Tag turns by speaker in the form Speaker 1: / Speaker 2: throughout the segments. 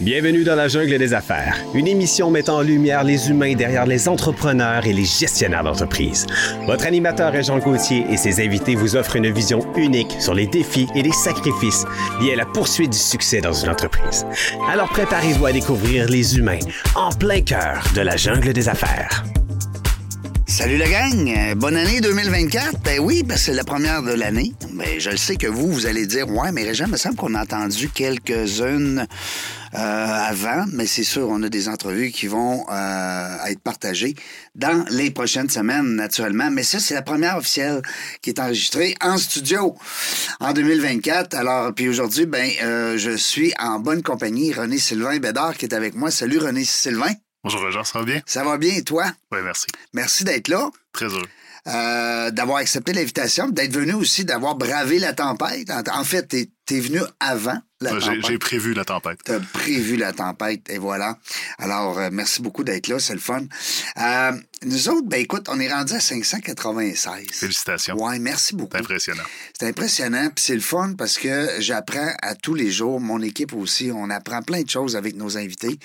Speaker 1: Bienvenue dans la jungle des affaires, une émission mettant en lumière les humains derrière les entrepreneurs et les gestionnaires d'entreprise. Votre animateur est Jean Gauthier et ses invités vous offrent une vision unique sur les défis et les sacrifices liés à la poursuite du succès dans une entreprise. Alors préparez-vous à découvrir les humains en plein cœur de la jungle des affaires.
Speaker 2: Salut la gang! Euh, Bonne année 2024! Ben oui, parce que c'est la première de l'année. Ben, je le sais que vous, vous allez dire, ouais, mais Régent, il me semble qu'on a entendu quelques-unes euh, avant, mais c'est sûr, on a des entrevues qui vont euh, être partagées dans les prochaines semaines, naturellement. Mais ça, c'est la première officielle qui est enregistrée en studio en 2024. Alors, puis aujourd'hui, ben, euh, je suis en bonne compagnie. René Sylvain Bédard qui est avec moi. Salut René Sylvain.
Speaker 3: Bonjour Régent, ça va bien?
Speaker 2: Ça va bien et toi?
Speaker 3: Oui, merci.
Speaker 2: Merci d'être là.
Speaker 3: Très heureux.
Speaker 2: euh, d'avoir accepté l'invitation, d'être venu aussi, d'avoir bravé la tempête. En, en fait, t'es es venu avant la
Speaker 3: Ouais, J'ai j'ai
Speaker 2: tempête.
Speaker 3: prévu la tempête.
Speaker 2: T'as prévu la tempête, et voilà. Alors, euh, merci beaucoup d'être là, c'est le fun. Euh, nous autres, ben écoute, on est rendu à 596.
Speaker 3: Félicitations.
Speaker 2: Ouais, merci beaucoup.
Speaker 3: C'est impressionnant.
Speaker 2: C'est impressionnant, puis c'est le fun parce que j'apprends à tous les jours, mon équipe aussi, on apprend plein de choses avec nos invités.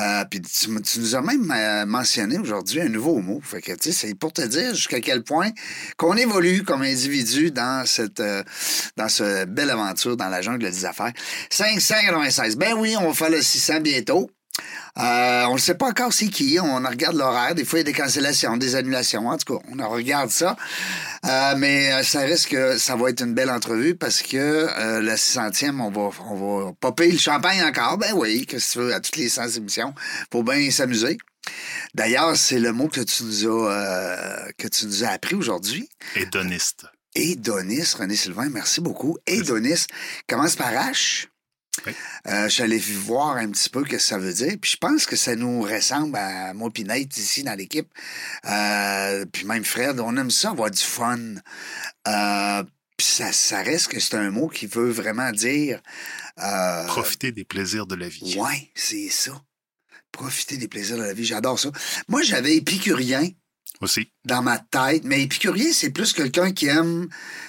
Speaker 2: Euh, puis tu, m- tu nous as même euh, mentionné aujourd'hui un nouveau mot. Fait que, tu sais, c'est pour te dire jusqu'à quel point qu'on évolue comme individu dans cette euh, dans ce belle aventure dans la jungle des affaires. 596. Ben oui, on va faire le 600 bientôt. Euh, on ne sait pas encore c'est qui. On regarde l'horaire. Des fois, il y a des cancellations, des annulations. En tout cas, on en regarde ça. Euh, mais euh, ça risque, euh, ça va être une belle entrevue parce que euh, la 600e, on va, on va popper le champagne encore. Ben oui, qu'est-ce que tu veux, à toutes les 100 émissions, faut bien s'amuser. D'ailleurs, c'est le mot que tu nous as, euh, que tu nous as appris aujourd'hui.
Speaker 3: Hédoniste.
Speaker 2: Euh, Edonis, René Sylvain, merci beaucoup. Edonis commence par H.
Speaker 3: Oui.
Speaker 2: Euh, je suis allé voir un petit peu ce que ça veut dire. Puis je pense que ça nous ressemble à moi puis Nate ici dans l'équipe. Euh, puis même Fred, on aime ça, avoir du fun. Euh, puis ça, ça reste que c'est un mot qui veut vraiment dire... euh,
Speaker 3: Profitez des plaisirs de la vie.
Speaker 2: Ouais, c'est ça. Profiter des plaisirs de la vie, j'adore ça. Moi, j'avais épicurien
Speaker 3: Aussi,
Speaker 2: dans ma tête, mais épicurien, c'est plus quelqu'un qui aime,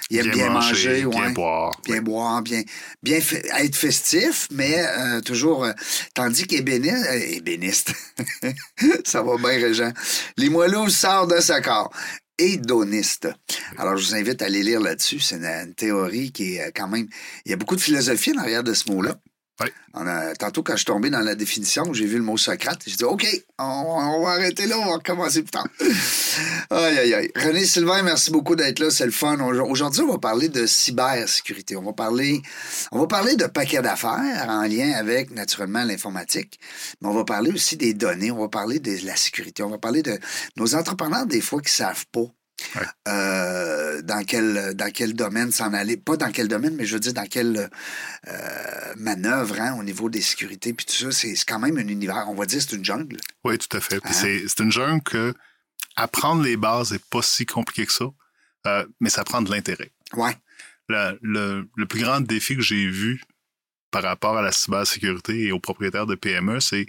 Speaker 2: il aime bien, manger, ouais.
Speaker 3: bien boire.
Speaker 2: bien boire, bien, bien fe- être festif, mais euh, toujours. euh, tandis qu'ébéniste, euh, ébéniste, ça va bien, Régent. Les moelleux sortent de sa corps. Hédoniste. Alors, je vous invite à aller lire là-dessus. C'est une, une théorie qui est euh, quand même. Il y a beaucoup de philosophie en arrière de ce mot-là.
Speaker 3: Oui.
Speaker 2: On a- euh, tantôt, quand je suis tombé dans la définition, j'ai vu le mot Socrate. J'ai dit OK, on, on va arrêter là, on va recommencer plus tard. aïe, aïe, aïe. René Sylvain, merci beaucoup d'être là. C'est le fun. Au- Aujourd'hui, on va parler de cybersécurité. On va parler, on va parler de paquets d'affaires en lien avec, naturellement, l'informatique. Mais on va parler aussi des données. On va parler de la sécurité. On va parler de nos entrepreneurs, des fois, qui savent pas. euh, dans quel dans quel domaine s'en aller pas dans quel domaine mais je veux dire dans quel euh, manœuvre hein, au niveau des sécurités, puis tout ça, c'est c'est quand même un univers. On va dire c'est une jungle.
Speaker 3: Oui, tout à fait. Puis
Speaker 2: Hein?
Speaker 3: c'est c'est une jungle que apprendre les bases n'est pas si compliqué que ça, euh, mais ça prend de l'intérêt.
Speaker 2: Ouais.
Speaker 3: Le, le- le plus grand défi que j'ai vu par rapport à la cybersécurité et aux propriétaires de PME, c'est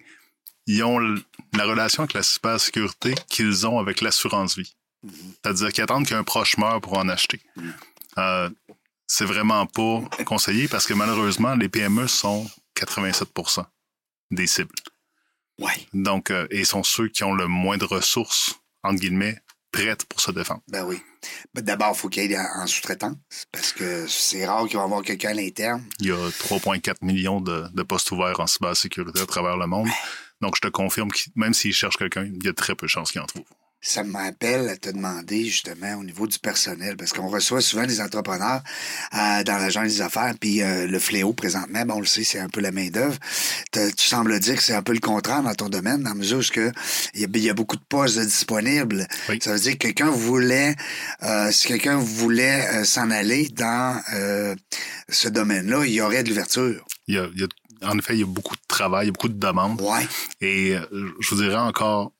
Speaker 3: ils ont l- la relation avec la cybersécurité qu'ils ont avec l'assurance vie. C'est-à-dire qu'ils attendent qu'un proche meure pour en acheter. Euh, c'est vraiment pas conseillé parce que malheureusement, les PME sont 87 des cibles.
Speaker 2: Ouais.
Speaker 3: Donc, euh, et sont ceux qui ont le moins de ressources, entre guillemets, prêtes pour se défendre.
Speaker 2: Ben oui. Ben D'abord, il faut qu'il y ait en en sous-traitance, parce que c'est rare qu'il va y avoir quelqu'un à l'interne.
Speaker 3: Il y a 3,4 millions de, de postes ouverts en cybersécurité à travers le monde. Donc, je te confirme que même s'ils cherchent quelqu'un, il y a très peu de chances qu'ils en trouvent.
Speaker 2: Ça m'appelle à te demander justement au niveau du personnel, parce qu'on reçoit souvent des entrepreneurs euh, dans la jungle des affaires, puis euh, le fléau présentement, ben, on le sait, c'est un peu la main-d'œuvre. T'as- Tu sembles dire que c'est un peu le contraire dans ton domaine, dans la mesure où ce que il y, a- il y a beaucoup de postes disponibles.
Speaker 3: Oui.
Speaker 2: Ça veut dire que quelqu'un voulait, euh, si quelqu'un voulait euh, s'en aller dans euh, ce domaine-là, il y aurait de l'ouverture.
Speaker 3: Il y a- il y a- en effet, il y a beaucoup de travail, il y a beaucoup de demandes.
Speaker 2: Ouais.
Speaker 3: Et euh, je vous dirais encore,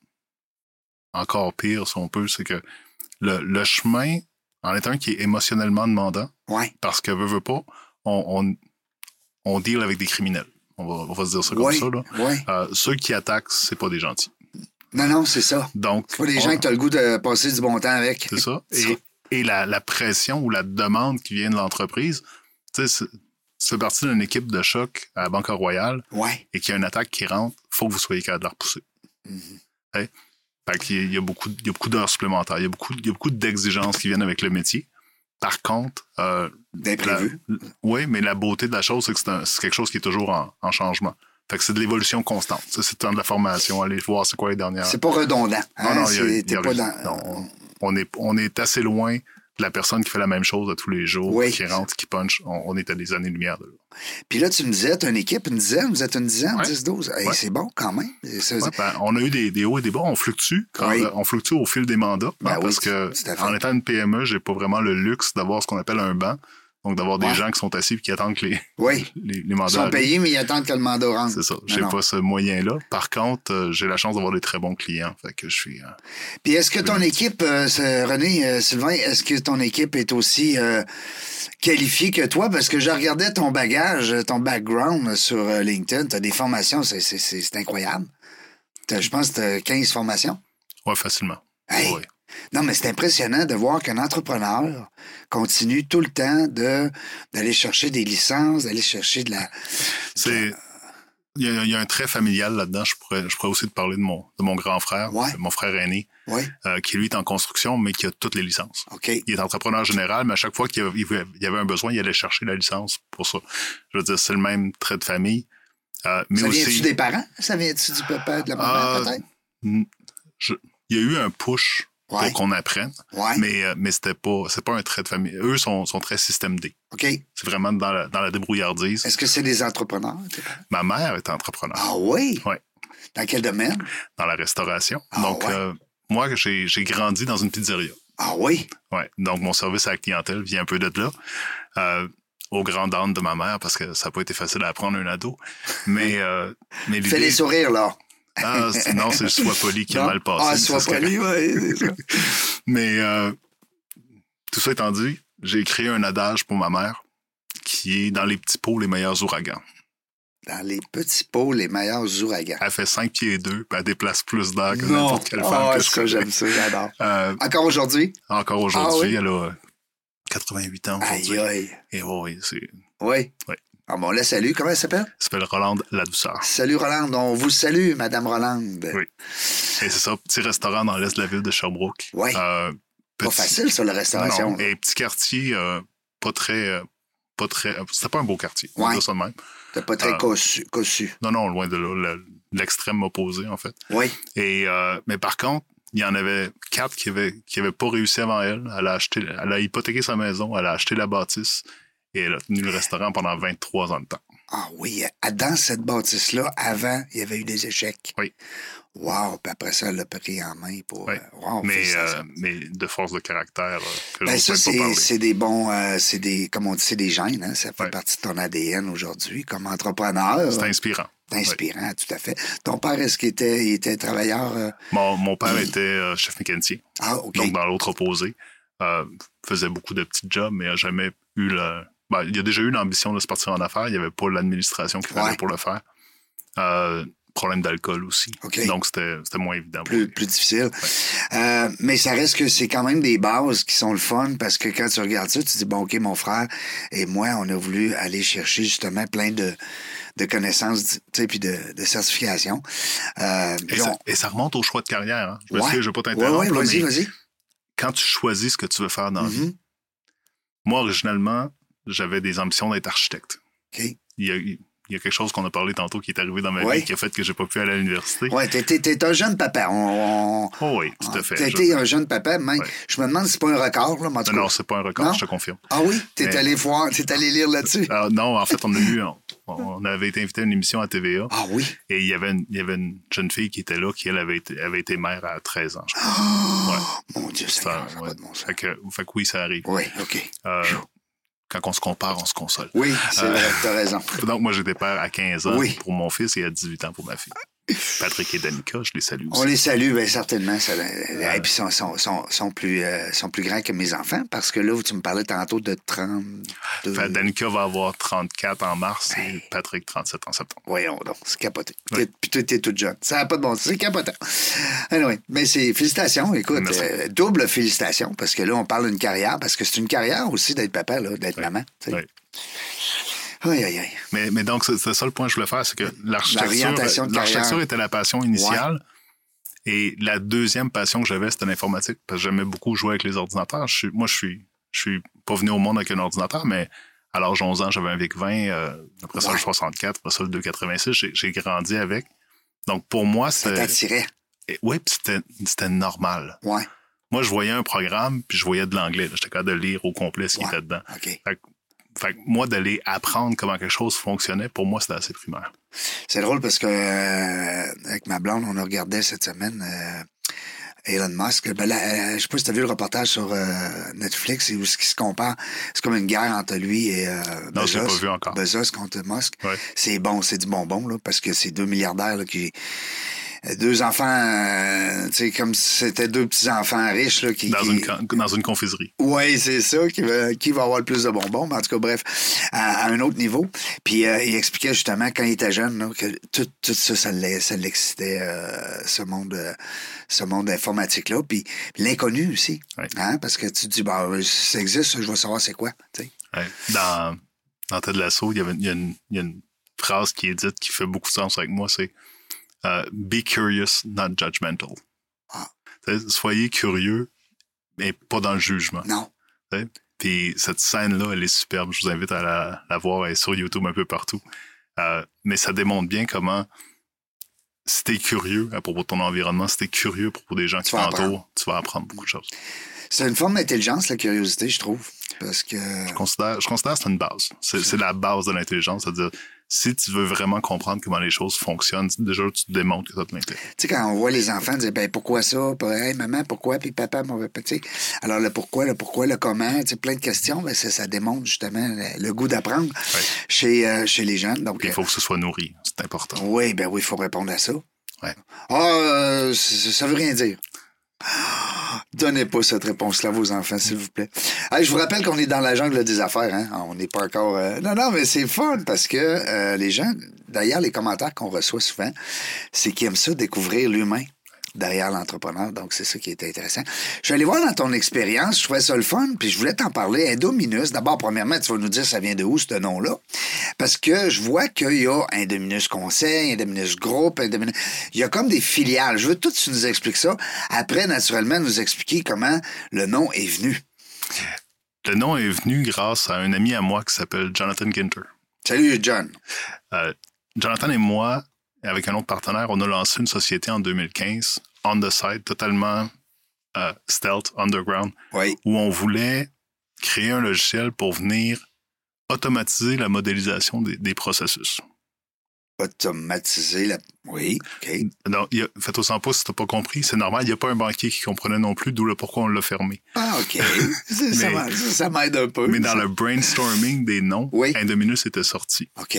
Speaker 3: encore pire, si on peut, c'est que le, le chemin, en étant qui est émotionnellement demandant,
Speaker 2: Ouais.
Speaker 3: parce que veut, veut pas, on, on, on deal avec des criminels. On va, on va se dire ça comme
Speaker 2: ouais.
Speaker 3: ça. Là.
Speaker 2: ouais.
Speaker 3: Euh, ceux qui attaquent, c'est pas des gentils.
Speaker 2: Non, non, c'est ça.
Speaker 3: Donc,
Speaker 2: C'est pas les
Speaker 3: on-
Speaker 2: gens que t'as le goût de passer du bon temps avec.
Speaker 3: Ah c'est ça.
Speaker 2: Ça.
Speaker 3: Et, et la, la pression ou la demande qui vient de l'entreprise, tu sais, c'est- si vous faites partie d'une équipe de choc à la Banque Royale
Speaker 2: Ouais.
Speaker 3: et qu'il y a une attaque qui rentre, faut que vous soyez capable de la repousser. Hein?
Speaker 2: Mhm.
Speaker 3: Fait qu'il y a- il y a beaucoup, il y a beaucoup d'heures supplémentaires. Il y a beaucoup, il y a beaucoup d'exigences qui viennent avec le métier. Par contre, euh,
Speaker 2: D'imprévu.
Speaker 3: oui, mais la beauté de la chose, c'est que c'est un- c'est quelque chose qui est toujours en, en changement. Fait que c'est de l'évolution constante. Ça, C'est le temps de la formation, aller voir c'est quoi les dernières.
Speaker 2: C'est pas redondant. hein,
Speaker 3: Ah. Non, non, il y a-
Speaker 2: c'est-
Speaker 3: il y a
Speaker 2: t'es pas
Speaker 3: rien.
Speaker 2: dans-
Speaker 3: Non, on, on est, on est assez loin de la personne qui fait la même chose à tous les jours,
Speaker 2: Oui.
Speaker 3: qui rentre, qui punch. On, on est à des années-lumière de là.
Speaker 2: Puis là, tu me disais, t'as une équipe, une dizaine, vous êtes une dizaine,
Speaker 3: Ouais.
Speaker 2: 10, 12. Hey,
Speaker 3: Ouais.
Speaker 2: C'est bon quand même. Ça veut
Speaker 3: Ouais,
Speaker 2: dire-
Speaker 3: ben, on a eu des, des hauts et des bas. On fluctue. quand-
Speaker 2: Oui.
Speaker 3: On fluctue au fil des mandats.
Speaker 2: Ben
Speaker 3: hein,
Speaker 2: oui,
Speaker 3: parce
Speaker 2: tout-
Speaker 3: que
Speaker 2: tout à fait.
Speaker 3: en étant une PME, j'ai pas vraiment le luxe d'avoir ce qu'on appelle un banc. Donc d'avoir
Speaker 2: Ouais.
Speaker 3: des gens qui sont assis et qui attendent que les,
Speaker 2: Oui.
Speaker 3: les, les
Speaker 2: Ils
Speaker 3: mandats.
Speaker 2: sont
Speaker 3: arrivent.
Speaker 2: payés, mais ils attendent que le mandat rentre.
Speaker 3: C'est ça.
Speaker 2: Non,
Speaker 3: J'ai
Speaker 2: non.
Speaker 3: pas ce moyen-là. Par contre, euh, j'ai la chance d'avoir des très bons clients. Fait que je suis. euh,
Speaker 2: Puis est-ce que ton équipe, euh, c'est- René, euh, Sylvain, est-ce que ton équipe est aussi euh, qualifiée que toi? Parce que je regardais ton bagage, euh, ton background sur euh, LinkedIn. T'as des formations, c'est- c'est c'est- c'est incroyable. T'as- Je pense que t'as 15 formations.
Speaker 3: ouais, facilement.
Speaker 2: Hey.
Speaker 3: Ouais.
Speaker 2: Non, mais c'est impressionnant de voir qu'un entrepreneur continue tout le temps de d'aller chercher des licences, d'aller chercher de la...
Speaker 3: C'est. Il y, a, il y a un trait familial là-dedans. Je pourrais, je pourrais aussi te parler de mon, de mon grand frère,
Speaker 2: Ouais.
Speaker 3: de mon frère aîné,
Speaker 2: Oui,
Speaker 3: euh, qui lui est en construction, mais qui a toutes les licences.
Speaker 2: OK.
Speaker 3: il est entrepreneur général, mais à chaque fois qu'il y avait- il voulait- il y avait un besoin, il allait chercher la licence pour ça. Je veux dire, c'est le même trait de famille. Euh, mais
Speaker 2: Ça vient-tu
Speaker 3: aussi,
Speaker 2: des parents? Ça vient-tu du papa, de la maman,
Speaker 3: Ah,
Speaker 2: peut-être?
Speaker 3: il y a eu un push
Speaker 2: Ouais,
Speaker 3: pour qu'on apprenne,
Speaker 2: ouais,
Speaker 3: mais, euh, mais c'était pas, c'est pas un trait de famille. Eux sont, sont très système D.
Speaker 2: OK.
Speaker 3: C'est vraiment dans la, dans la débrouillardise.
Speaker 2: Est-ce que c'est des entrepreneurs?
Speaker 3: Ma mère est entrepreneur
Speaker 2: Ah oui?
Speaker 3: Ah. Ouais.
Speaker 2: Dans quel domaine?
Speaker 3: dans la restauration.
Speaker 2: Ah,
Speaker 3: Donc,
Speaker 2: ouais.
Speaker 3: euh, moi, j'ai j'ai grandi dans une pizzeria.
Speaker 2: Ah oui?
Speaker 3: Ouais. Donc, mon service à la clientèle vient un peu de là. Euh, au grand dame de ma mère, parce que ça n'a pas été facile à apprendre un ado. Mais, euh, mais
Speaker 2: Fais les
Speaker 3: l'idée-
Speaker 2: sourires, là.
Speaker 3: Ah, c'est- non, c'est soit poli qui a
Speaker 2: Non?
Speaker 3: mal passé.
Speaker 2: Ah,
Speaker 3: mais
Speaker 2: sois
Speaker 3: c'est ce que-
Speaker 2: poli, oui. c'est ça.
Speaker 3: Mais euh, tout ça étant dit, j'ai créé un adage pour ma mère qui est dans les petits pots les meilleurs ouragans.
Speaker 2: Dans les petits pots, les meilleurs ouragans.
Speaker 3: Elle fait 5 pieds et 2, puis elle déplace plus d'air que
Speaker 2: Non!
Speaker 3: n'importe quelle femme.
Speaker 2: Ah,
Speaker 3: que
Speaker 2: ça,
Speaker 3: je-
Speaker 2: j'aime ça, j'adore.
Speaker 3: Euh,
Speaker 2: Encore aujourd'hui?
Speaker 3: encore aujourd'hui,
Speaker 2: Ah oui?
Speaker 3: elle a euh, 88 ans aujourd'hui.
Speaker 2: Aïe, ah. aïe.
Speaker 3: Et oui, c'est elle
Speaker 2: Oui.
Speaker 3: Ouais.
Speaker 2: Ah, bon, on la salue. Comment elle s'appelle?
Speaker 3: s'appelle Rolande La Douceur.
Speaker 2: Salut, Rolande. On vous salue, Madame Rolande.
Speaker 3: Oui. Et c'est ça, petit restaurant dans l'est de la ville de Sherbrooke.
Speaker 2: Ouais.
Speaker 3: Euh,
Speaker 2: Pas
Speaker 3: petit-
Speaker 2: facile, sur la restauration.
Speaker 3: Non, et petit quartier, euh, pas très. euh, pas très euh, C'était pas un beau quartier. on va
Speaker 2: Ouais.
Speaker 3: dire ça de même.
Speaker 2: T'es pas très
Speaker 3: Ah.
Speaker 2: cossu, cossu.
Speaker 3: Non, non, loin de là. le- L'extrême opposé, en fait.
Speaker 2: Oui.
Speaker 3: Et, euh, mais par contre, il y en avait quatre qui n'avaient qui avaient pas réussi avant elle. Elle a, acheté, elle a hypothéqué sa maison, elle a acheté la bâtisse et elle a tenu le restaurant pendant 23 ans de temps.
Speaker 2: Ah oui, à- dans cette bâtisse-là, avant, il y avait eu des échecs.
Speaker 3: Oui.
Speaker 2: Wow, puis après ça, elle l'a pris en main pour.
Speaker 3: Oui.
Speaker 2: Wow,
Speaker 3: mais,
Speaker 2: félicitations.
Speaker 3: euh, mais de force de caractère, euh, que
Speaker 2: Ben,
Speaker 3: je
Speaker 2: ça,
Speaker 3: ne pourrais pas
Speaker 2: c'est
Speaker 3: parler.
Speaker 2: c'est des bons. euh, c'est des. Comme on dit, c'est des gènes, hein, Ça fait
Speaker 3: Ouais.
Speaker 2: partie de ton ADN aujourd'hui, comme entrepreneur.
Speaker 3: C'est inspirant.
Speaker 2: inspirant, tout à fait. Ton père, est-ce qu'il était, il était travailleur? euh,
Speaker 3: Mon, mon père était euh, chef mécanicier,
Speaker 2: Ah, OK.
Speaker 3: donc dans l'autre opposé. Euh, faisait beaucoup de petits jobs, mais a jamais eu le. ben, il a déjà eu l'ambition de se partir en affaires. Il n'y avait pas l'administration qu'il fallait
Speaker 2: Ouais.
Speaker 3: pour le faire. Euh, problème d'alcool aussi.
Speaker 2: OK.
Speaker 3: Donc, c'était c'était moins évident. pour
Speaker 2: plus,
Speaker 3: lui.
Speaker 2: plus difficile. Euh, mais ça reste que c'est quand même des bases qui sont le fun parce que quand tu regardes ça, tu te dis, bon, OK, mon frère et moi, on a voulu aller chercher justement plein de, de connaissances, tu sais, puis de, de certifications. Euh,
Speaker 3: Et
Speaker 2: puis
Speaker 3: ça,
Speaker 2: on-
Speaker 3: et ça remonte au choix de carrière. hein. Je
Speaker 2: Ouais.
Speaker 3: m'excuse, je ne vais pas
Speaker 2: Ouais,
Speaker 3: t'interrompre.
Speaker 2: ouais,
Speaker 3: là,
Speaker 2: vas-y,
Speaker 3: mais
Speaker 2: vas-y.
Speaker 3: quand tu choisis ce que tu veux faire dans la vie,
Speaker 2: Mhm.
Speaker 3: moi, originalement, j'avais des ambitions d'être architecte.
Speaker 2: OK.
Speaker 3: Il y a, il y a quelque chose qu'on a parlé tantôt qui est arrivé dans ma
Speaker 2: Ouais.
Speaker 3: vie qui a fait que j'ai pas pu aller à l'université.
Speaker 2: Ouais, t'es- t'es t'es un jeune papa. On, on-
Speaker 3: Oh oui, tout à fait.
Speaker 2: T'as
Speaker 3: Je-
Speaker 2: été un jeune papa, mais
Speaker 3: Ouais.
Speaker 2: je me demande si c'est pas un record, là, mais en tout
Speaker 3: Non, non,
Speaker 2: cas-
Speaker 3: c'est pas un record,
Speaker 2: Non?
Speaker 3: je te confirme.
Speaker 2: Ah oui? T'es
Speaker 3: Mais-
Speaker 2: allé voir, t'es allé lire là-dessus?
Speaker 3: Alors, Ah, non, en fait, on a eu, on, on avait été invité à une émission à TVA
Speaker 2: Ah oui?
Speaker 3: et il y avait une, il y avait une jeune fille qui était là qui, elle, avait été, avait été mère à 13 ans. je crois.
Speaker 2: Mon Dieu,
Speaker 3: C'est
Speaker 2: Seigneur,
Speaker 3: un-
Speaker 2: ça n'a
Speaker 3: ouais.
Speaker 2: pas de bon sens.
Speaker 3: Fait que, fait que oui, ça arrive.
Speaker 2: Oui, OK.
Speaker 3: Euh, quand on se compare, on se console.
Speaker 2: Oui, c'est
Speaker 3: Euh,
Speaker 2: vrai, t'as raison.
Speaker 3: Donc, moi, j'étais père à 15 ans
Speaker 2: Oui.
Speaker 3: pour mon fils et à 18 ans pour ma fille. Patrick et Danica, je les salue
Speaker 2: On
Speaker 3: aussi.
Speaker 2: les salue, bien certainement. ça- euh, Et puis, sont, sont, sont, sont plus, euh, sont plus grands que mes enfants, parce que là, tu me parlais tantôt de 32...
Speaker 3: Fait, Danica va avoir 34 en mars
Speaker 2: Hey.
Speaker 3: et Patrick 37 en septembre.
Speaker 2: Voyons donc, c'est capoté. T'es- Puis toi, t'es toute jeune. Ça n'a pas de bon sens, c'est capotant. Anyway, mais c'est félicitations, écoute,
Speaker 3: Merci.
Speaker 2: euh, double félicitations, parce que là, on parle d'une carrière, parce que c'est une carrière aussi d'être papa, là, d'être maman. tu sais.
Speaker 3: Ouais.
Speaker 2: Aïe, aïe, aïe.
Speaker 3: Mais, mais donc, c'est c'est ça le point que je voulais faire, c'est que
Speaker 2: L'orientation
Speaker 3: l'architecture
Speaker 2: de
Speaker 3: l'architecture
Speaker 2: carrière.
Speaker 3: était la passion initiale. Et la deuxième passion que j'avais, c'était l'informatique, parce que j'aimais beaucoup jouer avec les ordinateurs. Je suis- moi, je suis, je suis pas venu au monde avec un ordinateur, mais à l'âge de 11 ans, j'avais un VIC 20, euh, après ça, le
Speaker 2: Ouais.
Speaker 3: 64, après ça, le 286, j'ai- j'ai grandi avec. Donc, pour moi,
Speaker 2: Ça
Speaker 3: c'était...
Speaker 2: t'attirait.
Speaker 3: Oui, puis c'était- c'était normal.
Speaker 2: Ouais,
Speaker 3: Moi, je voyais un programme, puis je voyais de l'anglais. là. J'étais capable de lire au complet ce qui
Speaker 2: Ouais.
Speaker 3: était dedans.
Speaker 2: OK.
Speaker 3: Fait que moi, d'aller apprendre comment quelque chose fonctionnait, pour moi, c'était assez primaire.
Speaker 2: C'est drôle parce que euh, avec ma blonde, on regardait cette semaine euh, Elon Musk. Ben là, euh, je sais pas si t'as vu le reportage sur euh, Netflix et où ce qui se compare. C'est comme une guerre entre lui et euh,
Speaker 3: Non, je l'ai
Speaker 2: Bezos.
Speaker 3: pas vu encore.
Speaker 2: Bezos contre Musk.
Speaker 3: Ouais.
Speaker 2: C'est bon, c'est du bonbon, là, parce que c'est deux milliardaires là, qui. euh, Deux enfants, euh, tu sais, comme si c'était deux petits-enfants riches, là, qui.
Speaker 3: Dans
Speaker 2: qui-
Speaker 3: une, con- dans une confiserie.
Speaker 2: oui, c'est ça, qui va, qui va avoir le plus de bonbons, mais en tout cas, bref, à, à un autre niveau. Puis euh, il expliquait justement, quand il était jeune, là, que tout, tout ça, ça l'est- ça l'excitait, euh, ce monde euh, ce monde informatique-là. Puis l'inconnu aussi,
Speaker 3: Ouais.
Speaker 2: hein, parce que tu te dis, bah, ça existe, ça, je vais savoir c'est quoi, tu sais.
Speaker 3: Ouais. Dans, dans Ted Lasso, il y, avait, il, y a une, il y a une phrase qui est dite qui fait beaucoup de sens avec moi, c'est euh, Be curious, not judgmental
Speaker 2: Ah.
Speaker 3: T'sais, Soyez curieux, mais pas dans le jugement.
Speaker 2: Non,
Speaker 3: Puis cette scène-là, elle est superbe. Je vous invite à la, la voir. Elle est sur YouTube un peu partout. Euh, mais ça démontre bien comment, si t'es curieux à propos de ton environnement, si t'es curieux à propos des gens qui
Speaker 2: Tu vas
Speaker 3: t'entourent, tu vas apprendre beaucoup de choses.
Speaker 2: c'est une forme d'intelligence, la curiosité, je trouve, parce que...
Speaker 3: Je considère, je considère que c'est une base. C'est, c'est la base de l'intelligence. C'est-à-dire, si tu veux vraiment comprendre comment les choses fonctionnent, déjà, tu démontres que tu as de l'intérêt.
Speaker 2: Tu sais, quand on voit les enfants dire, ben pourquoi ça? Puis, Hey, maman, pourquoi? Puis papa, mon papa, tu sais. Alors, le pourquoi, le pourquoi, le comment, tu sais, plein de questions, ben, ça, ça démontre justement le, le goût d'apprendre chez, euh, chez les jeunes. Donc,
Speaker 3: Puis il faut que ce soit nourri. C'est important.
Speaker 2: oui, ben oui, il faut répondre à ça.
Speaker 3: Ouais.
Speaker 2: Ah, euh, ça ça veut rien dire. Ah, Donnez pas cette réponse-là à vos enfants, s'il vous plaît. Hey, je vous rappelle qu'on est dans la jungle des affaires. Hein? On n'est pas encore... euh, Non, non, mais c'est fun parce que euh, les gens... D'ailleurs, les commentaires qu'on reçoit souvent, c'est qu'ils aiment ça, découvrir l'humain derrière l'entrepreneur. Donc, c'est ça qui est intéressant. Je suis allé voir dans ton expérience, je trouvais ça le fun, puis je voulais t'en parler. Indominus, d'abord, premièrement, tu vas nous dire ça vient de où, ce nom-là. Parce que je vois qu'il y a Indominus Conseil, Indominus Groupe, Indominus... Il y a comme des filiales. Je veux tout que tu nous expliques ça. Après, naturellement, nous expliquer comment le nom est venu.
Speaker 3: Le nom est venu grâce à un ami à moi qui s'appelle Jonathan Ginter.
Speaker 2: Salut, John.
Speaker 3: Euh, Jonathan et moi, avec un autre partenaire, on a lancé une société en 2015, on the side, totalement euh, stealth, underground,
Speaker 2: Oui.
Speaker 3: où on voulait créer un logiciel pour venir automatiser la modélisation des, des processus.
Speaker 2: Automatiser la... Oui, OK.
Speaker 3: Donc, il y a- faites au 100 pouces si t'as pas compris, c'est normal, il n'y a pas un banquier qui comprenait non plus, d'où le pourquoi on l'a fermé.
Speaker 2: Ah, OK. C'est- ça
Speaker 3: Mais-
Speaker 2: m'a- ça ça m'aide un peu.
Speaker 3: Mais dans le brainstorming des noms,
Speaker 2: Oui.
Speaker 3: Indominus était sorti.
Speaker 2: OK,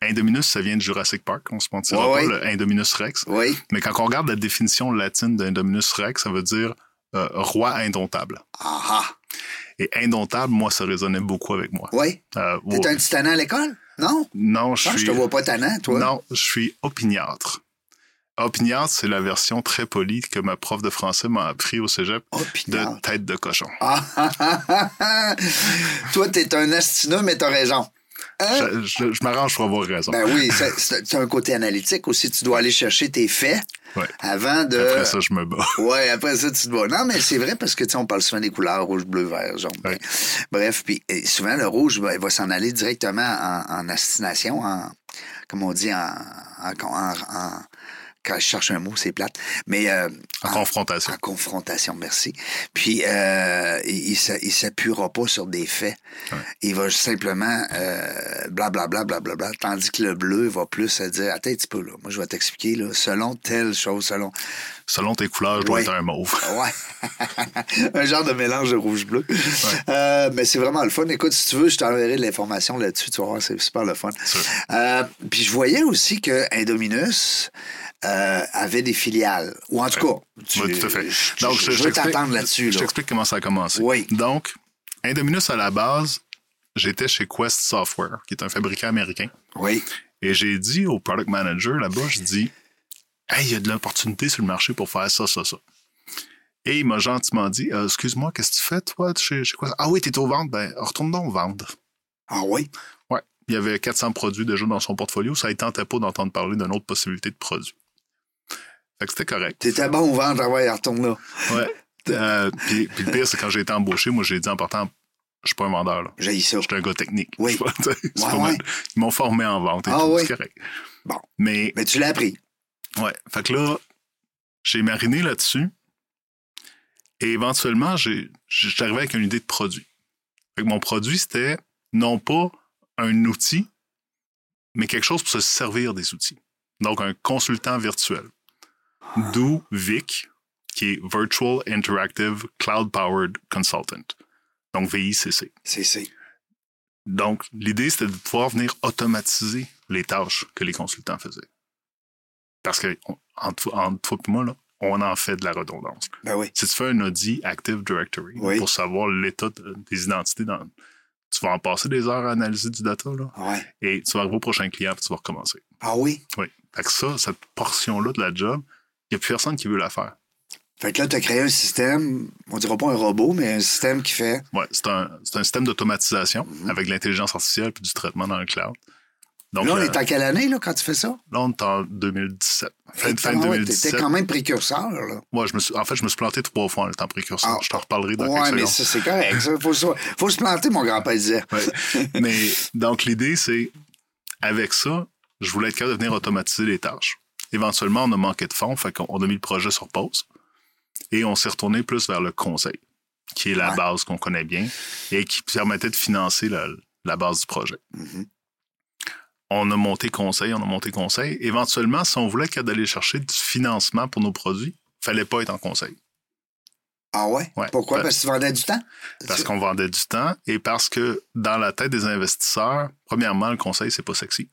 Speaker 3: Indominus, ça vient de Jurassic Park, on se mentira
Speaker 2: Ouais,
Speaker 3: pas,
Speaker 2: ouais.
Speaker 3: le Indominus Rex.
Speaker 2: oui.
Speaker 3: Mais quand on regarde la définition latine d'Indominus Rex, ça veut dire euh, roi indomptable.
Speaker 2: Ah, ah.
Speaker 3: Et indomptable, moi, ça résonnait beaucoup avec moi.
Speaker 2: Oui.
Speaker 3: Euh,
Speaker 2: T'es
Speaker 3: ouais.
Speaker 2: un petit tannant à l'école? Non?
Speaker 3: Non, je
Speaker 2: Non,
Speaker 3: suis.
Speaker 2: je te vois pas tannant, toi.
Speaker 3: Non, je suis opiniâtre. Opiniâtre, c'est la version très polie que ma prof de français m'a appris au cégep
Speaker 2: Oh,
Speaker 3: de
Speaker 2: pinard.
Speaker 3: tête de cochon.
Speaker 2: Ah, ah, ah, ah. Toi, t'es un astineux, mais t'as raison. Hein?
Speaker 3: Je, je- je m'arrange pour avoir raison.
Speaker 2: Ben oui, c'est- c'est c'est un côté analytique aussi. Tu dois aller chercher tes faits
Speaker 3: Ouais.
Speaker 2: avant de.
Speaker 3: Après ça, je me bats.
Speaker 2: Ouais, après ça, tu te vois. Non, mais c'est vrai parce que, tu sais, on parle souvent des couleurs rouge, bleu, vert, jaune. ben,
Speaker 3: Ouais.
Speaker 2: Bref, puis et souvent, le rouge, ben, il va s'en aller directement en, en astination, en. Comme on dit, en. en, en- en- quand je cherche un mot, c'est plate. Mais. euh,
Speaker 3: En confrontation.
Speaker 2: en confrontation, merci. Puis, euh, il ne s'appuiera pas sur des faits.
Speaker 3: Ouais.
Speaker 2: Il va simplement euh, blablabla, blablabla, tandis que le bleu va plus se dire, attends un petit peu, là, moi, je vais t'expliquer, là, selon telle chose, selon...
Speaker 3: Selon tes couleurs, je dois
Speaker 2: Ouais.
Speaker 3: être un mauve.
Speaker 2: Ouais, un genre de mélange de rouge-bleu. Euh, mais c'est vraiment le fun. Écoute, si tu veux, je t'enverrai de l'information là-dessus, tu vas voir, c'est super le fun.
Speaker 3: Sûr.
Speaker 2: Euh, puis je voyais aussi que Indominus euh, avait des filiales. Ou en tout
Speaker 3: Ouais.
Speaker 2: cas, tu,
Speaker 3: Oui, tout à fait.
Speaker 2: je,
Speaker 3: Donc,
Speaker 2: je
Speaker 3: je- je
Speaker 2: veux
Speaker 3: t'explique-
Speaker 2: t'attendre là-dessus.
Speaker 3: Je
Speaker 2: là.
Speaker 3: t'explique comment ça a commencé.
Speaker 2: Oui.
Speaker 3: Donc, Indominus, à la base, j'étais chez Quest Software, qui est un fabricant américain.
Speaker 2: Oui.
Speaker 3: Et j'ai dit au product manager là-bas, je dis, hey, il y a de l'opportunité sur le marché pour faire ça, ça, ça. Et il m'a gentiment dit, Euh, excuse-moi, qu'est-ce que tu fais, toi, chez, chez Quest? Ah oui, t'es au vendre, ben, retourne donc vendre.
Speaker 2: Ah oui?
Speaker 3: il y avait 400 produits déjà dans son portfolio. Ça ne tentait pas d'entendre parler d'une autre possibilité de produit. Fait que c'était correct.
Speaker 2: T'étais bon au ventre avant ouais, retourne
Speaker 3: là. Ouais. Euh, puis, puis le pire, c'est quand j'ai été embauché, moi, j'ai dit en partant, je suis pas un vendeur. Là.
Speaker 2: J'ai ça.
Speaker 3: Je suis un gars technique.
Speaker 2: Oui.
Speaker 3: Je suis pas- c'est
Speaker 2: Ouais,
Speaker 3: pas mal.
Speaker 2: ouais.
Speaker 3: Ils m'ont formé en vente. et
Speaker 2: Ah
Speaker 3: tout,
Speaker 2: oui.
Speaker 3: C'est correct.
Speaker 2: Bon.
Speaker 3: Mais,
Speaker 2: Mais tu l'as appris.
Speaker 3: ouais. Fait que là, j'ai mariné là-dessus. Et éventuellement, j'ai, j'étais arrivé avec une idée de produit. Fait que mon produit, c'était non pas un outil, mais quelque chose pour se servir des outils. Donc, un consultant virtuel. D'où VIC, qui est Virtual Interactive Cloud Powered Consultant. Donc, VICC.
Speaker 2: C'est ça.
Speaker 3: Donc, l'idée, c'était de pouvoir venir automatiser les tâches que les consultants faisaient. Parce que, on- entre, entre toi et moi, là, on en fait de la redondance.
Speaker 2: Ben oui.
Speaker 3: Si tu fais un audit Active Directory
Speaker 2: Oui.
Speaker 3: pour savoir l'état de- des identités, dans, tu vas en passer des heures à analyser du data, là,
Speaker 2: Ouais.
Speaker 3: et tu vas arriver au prochain client puis tu vas recommencer.
Speaker 2: Ah oui?
Speaker 3: Oui. Fait que ça, cette portion-là de la job, il n'y a plus personne qui veut la faire.
Speaker 2: Fait que là, t'as créé un système, on dira pas un robot, mais un système qui fait.
Speaker 3: Ouais, c'est un, c'est un système d'automatisation
Speaker 2: Mhm.
Speaker 3: avec de l'intelligence artificielle puis du traitement dans le cloud. Donc,
Speaker 2: là, on
Speaker 3: euh,
Speaker 2: est en quelle année, là, quand tu fais ça?
Speaker 3: Là, on est en 2017. Fin,
Speaker 2: Fait
Speaker 3: fin
Speaker 2: que, ah ouais,
Speaker 3: 2017.
Speaker 2: T'étais quand même précurseur, là.
Speaker 3: Moi, je me suis, en fait, je me suis planté trois fois en étant précurseur.
Speaker 2: Ah.
Speaker 3: Je t'en reparlerai dans
Speaker 2: Ouais,
Speaker 3: quelques
Speaker 2: mais
Speaker 3: secondes.
Speaker 2: ça, c'est correct. Ça. Faut, se- faut se planter, mon grand-père disait.
Speaker 3: Ouais. mais donc, l'idée, c'est, avec ça, je voulais être capable de venir automatiser les tâches. Éventuellement, on a manqué de fonds, fait qu'on on a mis le projet sur pause et on s'est retourné plus vers le conseil, qui est la
Speaker 2: Ouais.
Speaker 3: base qu'on connaît bien et qui permettait de financer la, la base du projet.
Speaker 2: Mhm.
Speaker 3: On a monté conseil, on a monté conseil. Éventuellement, si on voulait qu'à d'aller chercher du financement pour nos produits, fallait pas être en conseil.
Speaker 2: Ah ouais?
Speaker 3: Ouais.
Speaker 2: Pourquoi?
Speaker 3: Ouais.
Speaker 2: Parce que tu vendais du temps?
Speaker 3: Parce
Speaker 2: Tu-
Speaker 3: qu'on vendait du temps et parce que dans la tête des investisseurs, premièrement, le conseil, c'est pas sexy.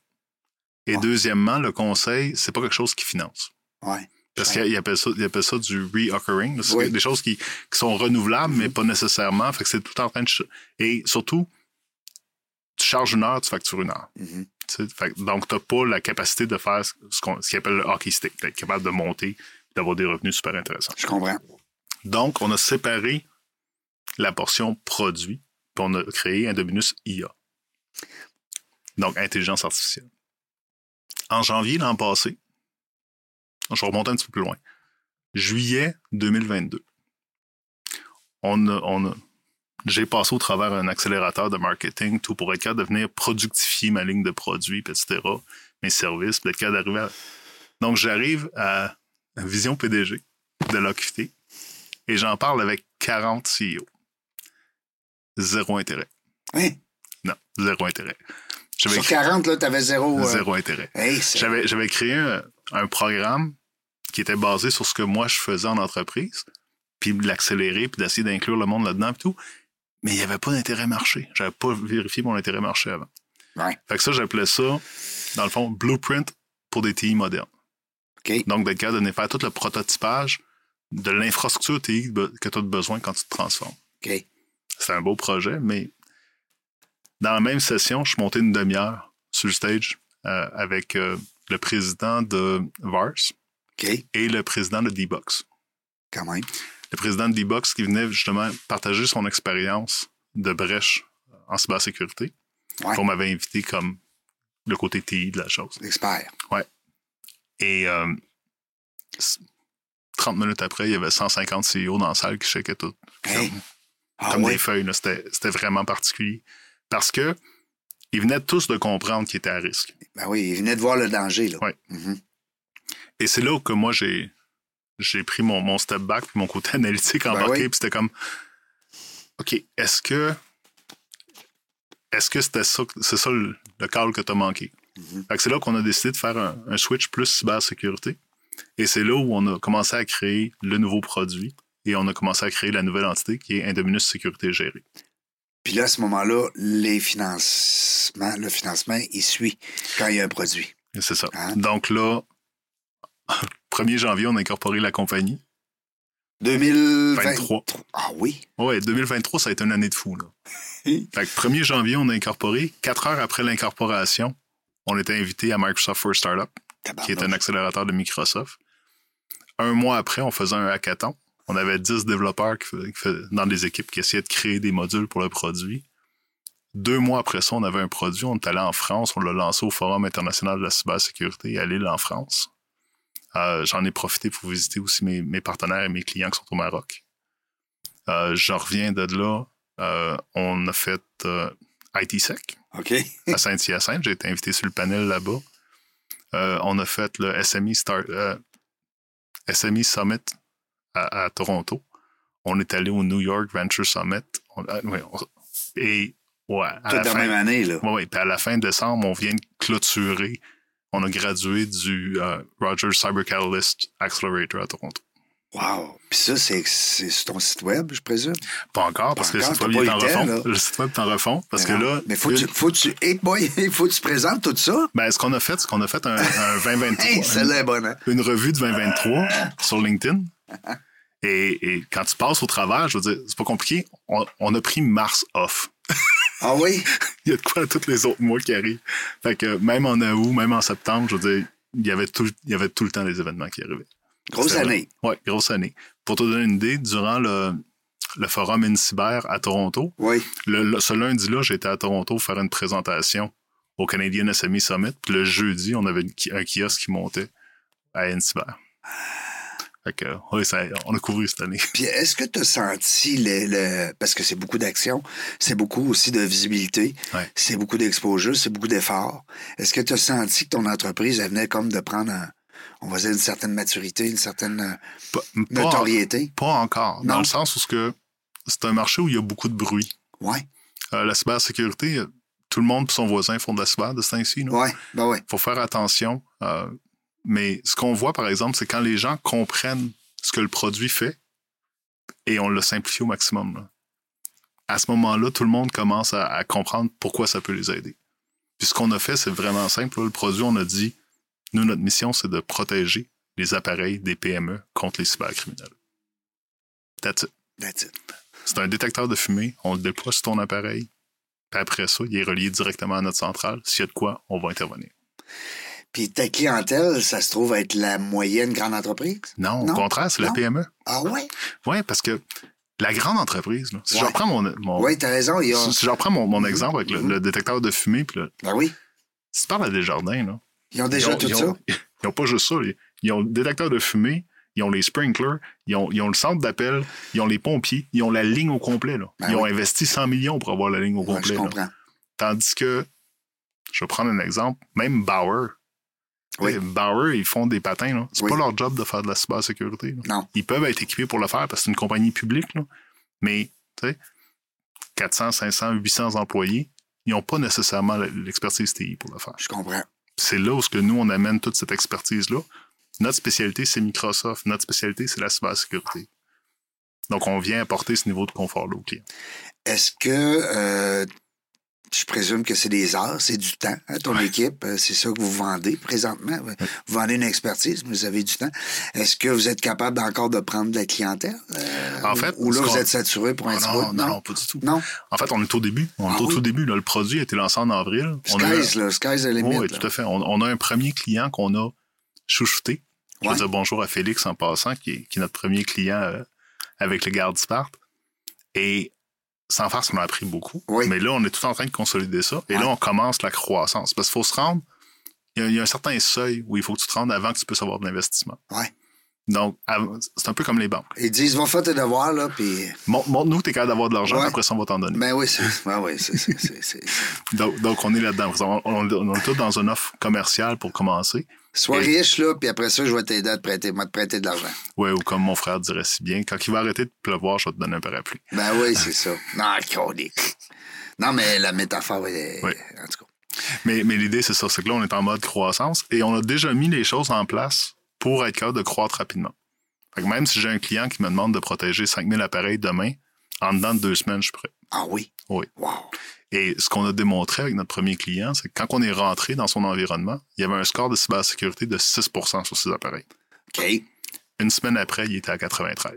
Speaker 3: Et
Speaker 2: Ah.
Speaker 3: deuxièmement, le conseil, c'est pas quelque chose qui finance.
Speaker 2: Ouais.
Speaker 3: Parce
Speaker 2: Ouais.
Speaker 3: qu'ils appellent ça, ils appellent ça du reoccurring. là, c'est
Speaker 2: Oui. Mm-hmm.
Speaker 3: Des choses qui, qui sont renouvelables, mais pas nécessairement. Fait que c'est tout en train de. ch- Et surtout, tu charges une heure, tu factures une heure.
Speaker 2: Mhm.
Speaker 3: Tu sais, fait que- donc, tu n'as pas la capacité de faire ce ce qu'on- ce qu'ils appellent le hockey stick, d'être capable de monter, d'avoir des revenus super intéressants.
Speaker 2: Je comprends.
Speaker 3: Donc, on a séparé la portion produit, puis on a créé un Dominus IA. Donc, intelligence artificielle. En janvier l'an passé, je vais remonter un petit peu plus loin, juillet 2022, on a- on a- j'ai passé au travers un accélérateur de marketing, tout pour être capable de venir productifier ma ligne de produits, puis etc., mes services, puis être capable d'arriver à... Donc, j'arrive à Vision PDG de l'OQT et j'en parle avec 40 CEO. Zéro intérêt.
Speaker 2: Oui.
Speaker 3: Non, zéro intérêt. J'avais
Speaker 2: Sur 40, là, t'avais zéro. euh,
Speaker 3: zéro intérêt.
Speaker 2: Hey, c'est-
Speaker 3: J'avais, j'avais créé un, un programme qui était basé sur ce que moi je faisais en entreprise, puis de l'accélérer, puis d'essayer d'inclure le monde là-dedans, puis tout. Mais il n'y avait pas d'intérêt marché. J'avais pas vérifié mon intérêt marché avant.
Speaker 2: Ouais.
Speaker 3: Fait que ça, j'appelais ça, dans le fond, blueprint pour des TI modernes.
Speaker 2: OK.
Speaker 3: Donc, d'être capable de venir faire tout le prototypage de l'infrastructure TI que tu as besoin quand tu te transformes.
Speaker 2: OK.
Speaker 3: C'est un beau projet, mais dans la même session, je suis monté une demi-heure sur le stage euh, avec euh, le président de VARS
Speaker 2: OK.
Speaker 3: et le président de D-Box.
Speaker 2: Quand même.
Speaker 3: Le président de D-Box qui venait justement partager son expérience de brèche en cybersécurité.
Speaker 2: Ouais.
Speaker 3: On m'avait invité comme le côté TI de la chose.
Speaker 2: Expert.
Speaker 3: Et euh, s- 30 minutes après, il y avait 150 CEO E dans la salle qui checkaient tout.
Speaker 2: Hey. Ah
Speaker 3: comme
Speaker 2: ouais.
Speaker 3: des feuilles. là. C'était c'était vraiment particulier. Parce que ils venaient tous de comprendre qu'ils étaient à risque.
Speaker 2: Ben oui, il venait de voir le danger, là.
Speaker 3: Ouais.
Speaker 2: Mhm.
Speaker 3: Et c'est là que moi, j'ai j'ai pris mon, mon step back puis mon côté analytique embarqué.
Speaker 2: oui.
Speaker 3: Puis c'était comme, OK, est-ce que est-ce que c'était ça, que- c'est ça le, le call que tu as manqué? Fait que c'est là qu'on a décidé de faire un, un switch plus cybersécurité. Et c'est là où on a commencé à créer le nouveau produit et on a commencé à créer la nouvelle entité qui est Indominus Sécurité Gérée.
Speaker 2: Puis là, à ce moment-là, les financements, le financement, il suit quand il y a un produit.
Speaker 3: C'est ça.
Speaker 2: Hein?
Speaker 3: Donc là, 1er janvier, on a incorporé la compagnie.
Speaker 2: 2023.
Speaker 3: 23.
Speaker 2: Ah oui.
Speaker 3: Ouais, 2023, ça a été une année de fou. Là. fait que 1er janvier, on a incorporé. Quatre heures après l'incorporation, on était invité à Microsoft for Startup, qui est un
Speaker 2: Tabarnouche.
Speaker 3: accélérateur de Microsoft. Un mois après, on faisait un hackathon. On avait 10 développeurs qui faisaient- qui faisaient- dans des équipes qui essayaient de créer des modules pour le produit. Deux mois après ça, on avait un produit, on est allé en France, on l'a lancé au Forum international de la cybersécurité à Lille en France. Euh, J'en ai profité pour visiter aussi mes, mes, partenaires et mes clients qui sont au Maroc. Euh, J'en reviens de là. Euh, on a fait euh, ITSEC
Speaker 2: okay.
Speaker 3: à Saint-Hyacinthe. J'ai été invité sur le panel là-bas. Euh, on a fait le SMI, Star, euh, SMI Summit à, à, Toronto. On est allé au New York Venture Summit. On, euh, oui, on, et ouais, à
Speaker 2: Tout la, fin,
Speaker 3: même
Speaker 2: année, là.
Speaker 3: Ouais, ouais, puis à la fin décembre, on vient de clôturer. On a gradué du euh, Rogers Cyber Catalyst Accelerator à Toronto.
Speaker 2: Wow! Puis ça, c'est ton site web, je présume?
Speaker 3: Pas encore, parce
Speaker 2: pas
Speaker 3: que
Speaker 2: encore,
Speaker 3: le site web,
Speaker 2: t'en
Speaker 3: refond. Le site web, t'en refond. Parce
Speaker 2: mais
Speaker 3: que là.
Speaker 2: Ah, Mais faut que tu, faut tu, hey boy, faut tu présentes tout ça.
Speaker 3: Ben, ce qu'on a fait, c'est qu'on a fait un, un 2023.
Speaker 2: hey,
Speaker 3: un,
Speaker 2: bon, hein?
Speaker 3: Une revue de 2023 sur LinkedIn. Et, et, quand tu passes au travers, je veux dire, c'est pas compliqué. On, on, a pris mars off.
Speaker 2: ah oui?
Speaker 3: il y a de quoi à tous les autres mois qui arrivent. Fait que même en août, même en septembre, je veux dire, il y avait tout, il y avait tout le temps des événements qui arrivaient.
Speaker 2: Grosse année.
Speaker 3: Oui, grosse année. Pour te donner une idée, durant le, le forum InCyber à Toronto,
Speaker 2: oui.
Speaker 3: le, le, ce lundi-là, j'étais à Toronto faire une présentation au Canadian SME Summit. Puis le jeudi, on avait une, un kiosque qui montait à InCyber. Fait que, oui, ça, on a couru cette année.
Speaker 2: Puis est-ce que tu as senti, le, le... parce que c'est beaucoup d'action, c'est beaucoup aussi de visibilité,
Speaker 3: ouais.
Speaker 2: c'est beaucoup d'exposure, c'est beaucoup d'efforts. Est-ce que tu as senti que ton entreprise, elle venait comme de prendre, un, on va dire, une certaine maturité, une certaine euh,
Speaker 3: pas,
Speaker 2: notoriété?
Speaker 3: Pas, pas encore, non. dans le sens où c'est un marché où il y a beaucoup de bruit.
Speaker 2: Oui.
Speaker 3: Euh, la cybersécurité, tout le monde et son voisin font de la cyber de ce temps-ci.
Speaker 2: Oui, ben oui.
Speaker 3: faut faire attention. Euh, mais ce qu'on voit, par exemple, c'est quand les gens comprennent ce que le produit fait et on le simplifie au maximum. Là. À ce moment-là, tout le monde commence à, à, comprendre pourquoi ça peut les aider. Puis ce qu'on a fait, c'est vraiment simple. Là, le produit, on a dit, nous, notre mission, c'est de protéger les appareils des PME contre les cybercriminels. That's it.
Speaker 2: That's it.
Speaker 3: C'est un détecteur de fumée, on le déploie sur ton appareil, puis après ça, il est relié directement à notre centrale. S'il y a de quoi, on va intervenir.
Speaker 2: Puis ta clientèle, ça se trouve être la moyenne grande entreprise?
Speaker 3: Non, non? au contraire, c'est la PME.
Speaker 2: Ah ouais?
Speaker 3: Oui, parce que la grande entreprise, là, si ouais. je reprends mon. mon
Speaker 2: oui, t'as raison. Il y a... Mhm.
Speaker 3: Si je reprends mon, mon exemple avec le, mm -hmm. le, détecteur de fumée, puis le...
Speaker 2: Ben oui.
Speaker 3: Si tu parles à Desjardins, là.
Speaker 2: Ils ont déjà
Speaker 3: ils ont,
Speaker 2: tout
Speaker 3: ils
Speaker 2: ça?
Speaker 3: Ont, ils n'ont pas juste ça. Ils, ils ont le détecteur de fumée, ils ont les sprinklers, ils ont, ils ont le centre d'appel, ils ont les pompiers, ils ont la ligne au complet. Là. Ben ils oui. ont investi 100 millions pour avoir la ligne au ben, complet.
Speaker 2: Je comprends. Là.
Speaker 3: Tandis que, je vais prendre un exemple, même Bauer, oui. Bauer, ils font des patins. Là. C'est
Speaker 2: oui.
Speaker 3: pas leur job de faire de la cybersécurité. Là.
Speaker 2: Non.
Speaker 3: Ils peuvent être équipés pour le faire parce que c'est une compagnie publique. Là. Mais, tu sais, 400, 500, 800 employés, ils n'ont pas nécessairement l'expertise TI pour le faire.
Speaker 2: Je comprends.
Speaker 3: C'est là où ce que nous, on amène toute cette expertise-là. Notre spécialité, c'est Microsoft. Notre spécialité, c'est la cybersécurité. Donc, on vient apporter ce niveau de confort-là au client.
Speaker 2: Est-ce que euh je présume que c'est des heures, c'est du temps. Hein, ton ouais. équipe, c'est ça que vous vendez présentement. Vous ouais. vendez une expertise, mais vous avez du temps. Est-ce que vous êtes capable encore de prendre de la clientèle?
Speaker 3: Euh, en fait,
Speaker 2: ou là, vous êtes saturé pour un petit
Speaker 3: Ah non,
Speaker 2: non,
Speaker 3: non, pas du tout.
Speaker 2: Non?
Speaker 3: En fait, on est au début. On est ah, au oui. tout début. Là, le produit a été lancé en avril.
Speaker 2: Skies, on a... là, Skies the limit.
Speaker 3: Oui, tout à fait. On, on, a un premier client qu'on a chouchouté. Je ouais. veux dire bonjour à Félix en passant, qui est, qui est notre premier client euh, avec le garde Spart. Et sans farce, on a appris beaucoup.
Speaker 2: Oui.
Speaker 3: Mais là, on est tout en train de consolider ça. Et ouais. là, on commence la croissance. Parce qu'il faut se rendre, il y, y, a, un certain seuil où il faut que tu te rendes avant que tu puisses avoir de l'investissement.
Speaker 2: Ouais.
Speaker 3: Donc, c'est un peu comme les banques.
Speaker 2: Ils disent, va faire tes devoirs, là, puis...
Speaker 3: Montre-nous que t'es capable d'avoir de l'argent, ouais. après ça, on va t'en donner.
Speaker 2: Ben oui, c'est... Ben oui, c'est...
Speaker 3: donc, donc, on est là-dedans. On, on, on, est tous dans une offre commerciale pour commencer.
Speaker 2: Sois Et... riche, là, puis après ça, je vais t'aider à te prêter, moi, te prêter de l'argent.
Speaker 3: Oui, ou comme mon frère dirait si bien, quand il va arrêter de pleuvoir, je vais te donner un parapluie.
Speaker 2: Ben oui, c'est ça. Non, Non, mais la métaphore, elle est...
Speaker 3: Oui.
Speaker 2: En tout cas.
Speaker 3: Mais, mais l'idée, c'est ça. C'est que là, on est en mode croissance et on a déjà mis les choses en place pour être capable de croître rapidement. Fait que même si j'ai un client qui me demande de protéger 5000 appareils demain, en dedans de deux semaines, je suis prêt.
Speaker 2: Ah oui?
Speaker 3: Oui.
Speaker 2: Wow.
Speaker 3: Et ce qu'on a démontré avec notre premier client, c'est que quand on est rentré dans son environnement, il y avait un score de cybersécurité de 6 sur ses appareils.
Speaker 2: OK.
Speaker 3: Une semaine après, il était à 93.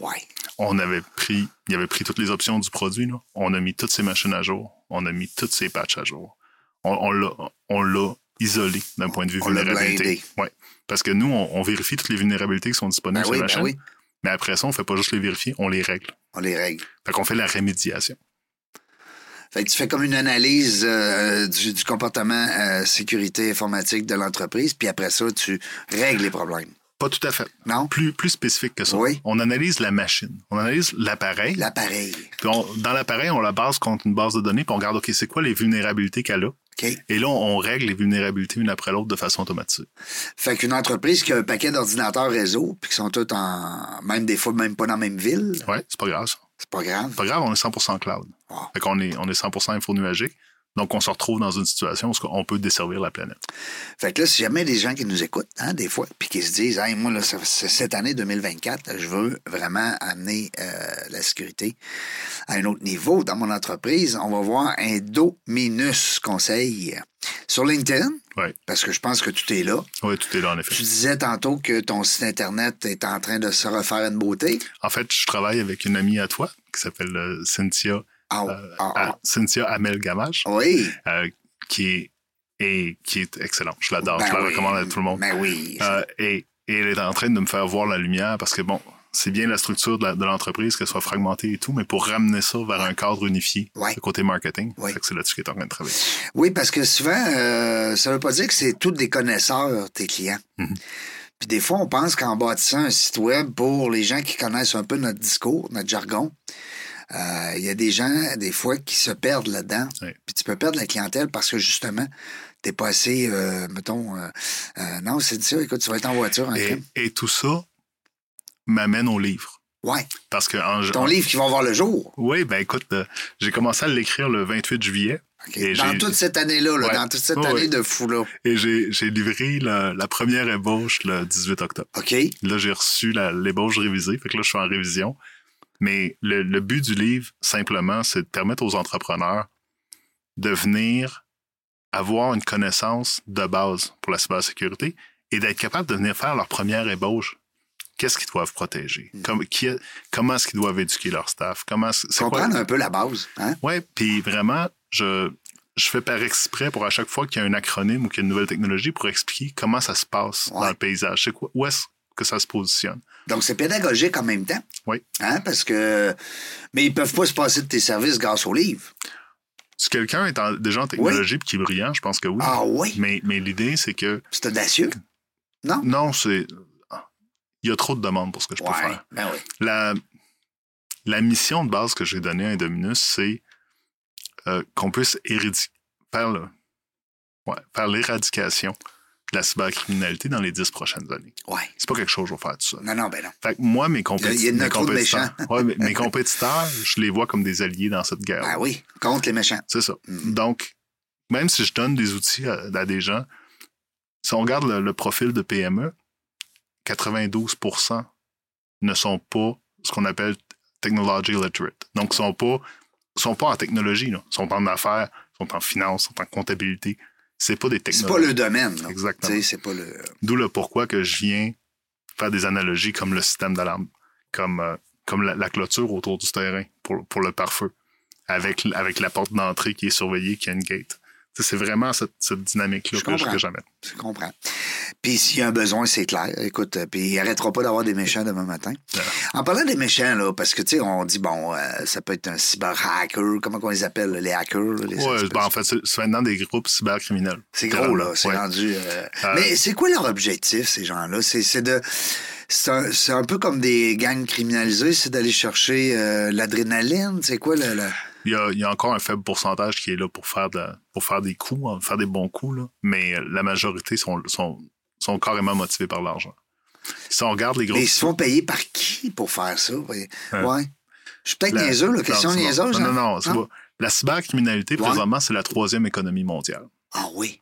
Speaker 2: Ouais.
Speaker 3: On avait pris, il avait pris toutes les options du produit. Là. On a mis toutes ses machines à jour. On a mis toutes ses patchs à jour. On, on l'a isolé d'un point de vue
Speaker 2: on
Speaker 3: vulnérabilité. Ouais. Parce que nous, on, on, vérifie toutes les vulnérabilités qui sont disponibles
Speaker 2: ben
Speaker 3: sur
Speaker 2: oui,
Speaker 3: la machine.
Speaker 2: Ben oui.
Speaker 3: Mais après ça, on ne fait pas juste les vérifier, on les règle.
Speaker 2: On les règle.
Speaker 3: Fait qu'on fait la rémédiation.
Speaker 2: Fait que tu fais comme une analyse euh, du, du comportement euh, sécurité informatique de l'entreprise, puis après ça, tu règles les problèmes.
Speaker 3: Pas tout à fait.
Speaker 2: Non?
Speaker 3: Plus, plus spécifique que ça.
Speaker 2: Oui.
Speaker 3: On analyse la machine. On analyse l'appareil.
Speaker 2: L'appareil.
Speaker 3: Puis on- dans l'appareil, on la base contre une base de données, puis on regarde, OK, c'est quoi les vulnérabilités qu'elle a?
Speaker 2: OK?
Speaker 3: Et là, on, on règle les vulnérabilités une après l'autre de façon automatique.
Speaker 2: Fait qu'une entreprise qui a un paquet d'ordinateurs réseau, puis qui sont tous en. même des fois, même pas dans la même ville,
Speaker 3: Ouais, c'est pas grave, ça.
Speaker 2: c'est pas grave.
Speaker 3: C'est pas grave, on est 100% cloud.
Speaker 2: Wow.
Speaker 3: Fait qu'on est, on est 100% info nuagique. Donc, on se retrouve dans une situation où on peut desservir la planète.
Speaker 2: Fait que là, si jamais des gens qui nous écoutent, hein, des fois, puis qui se disent, hey, moi, là, ça- c'est cette année 2024, je veux vraiment amener euh, la sécurité à un autre niveau dans mon entreprise, on va voir un Dominus conseil sur LinkedIn,
Speaker 3: Ouais.
Speaker 2: parce que je pense que tout est là.
Speaker 3: Oui, tout est là, en effet.
Speaker 2: Tu disais tantôt que ton site Internet est en train de se refaire une beauté.
Speaker 3: En fait, je travaille avec une amie à toi qui s'appelle euh, Cynthia,
Speaker 2: Ah,
Speaker 3: euh,
Speaker 2: ah, ah.
Speaker 3: ah, Cynthia Amel Gamache,
Speaker 2: Oui.
Speaker 3: euh, qui, est, et, qui est excellente. Je l'adore.
Speaker 2: Ben
Speaker 3: je la
Speaker 2: oui.
Speaker 3: recommande à tout le monde.
Speaker 2: Ben oui.
Speaker 3: Euh, et, et elle est en train de me faire voir la lumière parce que, bon, c'est bien la structure de la- de l'entreprise, qu'elle soit fragmentée et tout, mais pour ramener ça vers un cadre unifié,
Speaker 2: Ouais.
Speaker 3: le côté marketing,
Speaker 2: Ouais.
Speaker 3: Fait que c'est là-dessus qu'elle est en train de travailler.
Speaker 2: Oui, parce que souvent, euh, ça veut pas dire que c'est tous des connaisseurs, tes clients.
Speaker 3: Mhm.
Speaker 2: Puis des fois, on pense qu'en bâtissant un site web pour les gens qui connaissent un peu notre discours, notre jargon, euh, il y a des gens, des fois, qui se perdent là-dedans.
Speaker 3: Ouais.
Speaker 2: Puis tu peux perdre la clientèle parce que justement, t'es pas assez, euh, mettons, euh, euh, non, c'est ça, écoute, tu vas être en voiture. en
Speaker 3: Et,
Speaker 2: crime.
Speaker 3: et tout ça m'amène au livre.
Speaker 2: Ouais,
Speaker 3: Parce que en,
Speaker 2: ton livre qui va voir le jour.
Speaker 3: Oui, ben écoute, euh, j'ai commencé à l'écrire le 28 juillet
Speaker 2: OK.
Speaker 3: Et
Speaker 2: Dans
Speaker 3: j'ai-
Speaker 2: toute cette année-là, là,
Speaker 3: Ouais.
Speaker 2: dans toute cette
Speaker 3: Ouais,
Speaker 2: année
Speaker 3: ouais.
Speaker 2: de fou-là.
Speaker 3: et j'ai j'ai livré la, la première ébauche le 18 octobre.
Speaker 2: OK?
Speaker 3: Là, j'ai reçu la- l'ébauche révisée, fait que là, je suis en révision. Mais le, le but du livre, simplement, c'est de permettre aux entrepreneurs de venir avoir une connaissance de base pour la cybersécurité et d'être capable de venir faire leur première ébauche. Qu'est-ce qu'ils doivent protéger?
Speaker 2: Hmm.
Speaker 3: Comme- qui- comment est-ce qu'ils doivent éduquer leur staff? Comment est-ce- c'est quoi-
Speaker 2: Comprendre un peu la base. Hein?
Speaker 3: Ouais, puis vraiment, je, je fais par exprès pour à chaque fois qu'il y a un acronyme ou qu'il y a une nouvelle technologie pour expliquer comment ça se passe
Speaker 2: Ouais.
Speaker 3: dans le paysage. C'est quoi, où est-ce que ça se positionne?
Speaker 2: Donc, c'est pédagogique en même temps.
Speaker 3: Oui.
Speaker 2: Hein, parce que. Mais ils peuvent pas se passer de tes services grâce au livre.
Speaker 3: Si quelqu'un est en- déjà en technologie puis qui est brillant, je pense que oui.
Speaker 2: Ah oui,
Speaker 3: Mais, mais l'idée, c'est que
Speaker 2: c'est audacieux.
Speaker 3: non, c'est. Il y a trop de demandes pour ce que je peux
Speaker 2: Ouais,
Speaker 3: faire.
Speaker 2: ben oui.
Speaker 3: La, la mission de base que j'ai donnée à Indominus, c'est euh, qu'on puisse éradiquer, faire, le- ouais, faire l'éradication de la cybercriminalité dans les dix prochaines années.
Speaker 2: Ouais.
Speaker 3: c'est pas quelque chose que je vais faire tout ça.
Speaker 2: Non, non, ben non.
Speaker 3: Fait que moi, mes, compéti-
Speaker 2: Il y a- il y a
Speaker 3: mes
Speaker 2: trop de
Speaker 3: compétiteurs, ouais, mes, mes compétiteurs, je les vois comme des alliés dans cette guerre.
Speaker 2: Ben oui, contre les méchants.
Speaker 3: C'est ça.
Speaker 2: Mhm.
Speaker 3: Donc, même si je donne des outils à, à des gens, si on regarde le, le profil de E, PME, 92 ne sont pas ce qu'on appelle technology literate. Donc, sont pas sont pas en technologie, là. sont en affaires, sont en finance, sont en comptabilité. C'est pas des
Speaker 2: C'est pas le
Speaker 3: technologies.
Speaker 2: domaine. là. Tu
Speaker 3: Ben Exactement.
Speaker 2: sais, c'est pas le.
Speaker 3: D'où le pourquoi que je viens faire des analogies comme le système d'alarme, comme, euh, comme la, la clôture autour du terrain pour, pour le pare-feu, avec, l- avec la porte d'entrée qui est surveillée, qui a une gate. Tu sais, C'est vraiment cette, cette dynamique-là
Speaker 2: Je
Speaker 3: que, je-
Speaker 2: comprends.
Speaker 3: que j'amène.
Speaker 2: Je comprends. Puis s'il y a un besoin, c'est clair. Écoute, euh, puis il arrêtera pas d'avoir des méchants demain matin.
Speaker 3: Ouais.
Speaker 2: En parlant des méchants, là, parce que, tu sais, on dit, bon, euh, ça peut être un cyberhacker. Comment qu'on les appelle, là, les hackers? là, les
Speaker 3: Ouais,
Speaker 2: espèces-
Speaker 3: ben, en fait, c'est c'est maintenant des groupes cybercriminels.
Speaker 2: C'est gros, là. C'est
Speaker 3: Ouais.
Speaker 2: rendu. euh,
Speaker 3: Euh,
Speaker 2: Mais c'est quoi leur objectif, ces gens-là? C'est c'est de. C'est un, c'est un peu comme des gangs criminalisés, c'est d'aller chercher euh, l'adrénaline. C'est quoi le. le-
Speaker 3: Il y, a, il y a encore un faible pourcentage qui est là pour faire, de la- pour faire des coups, hein, faire des bons coups, là. mais euh, la majorité sont, sont, sont carrément motivés par l'argent. Si on regarde les groupes
Speaker 2: Mais ils se font payer par qui pour faire ça? Ouais. Ouais. Je suis peut-être
Speaker 3: Hein. La-
Speaker 2: niaiseux, là.
Speaker 3: Non,
Speaker 2: Question
Speaker 3: c'est bon.
Speaker 2: niaiseuse.
Speaker 3: Non,
Speaker 2: hein?
Speaker 3: non, non, c'est
Speaker 2: Non?
Speaker 3: pas- La cybercriminalité,
Speaker 2: Ouais.
Speaker 3: présentement, c'est la troisième économie mondiale.
Speaker 2: Ah oui.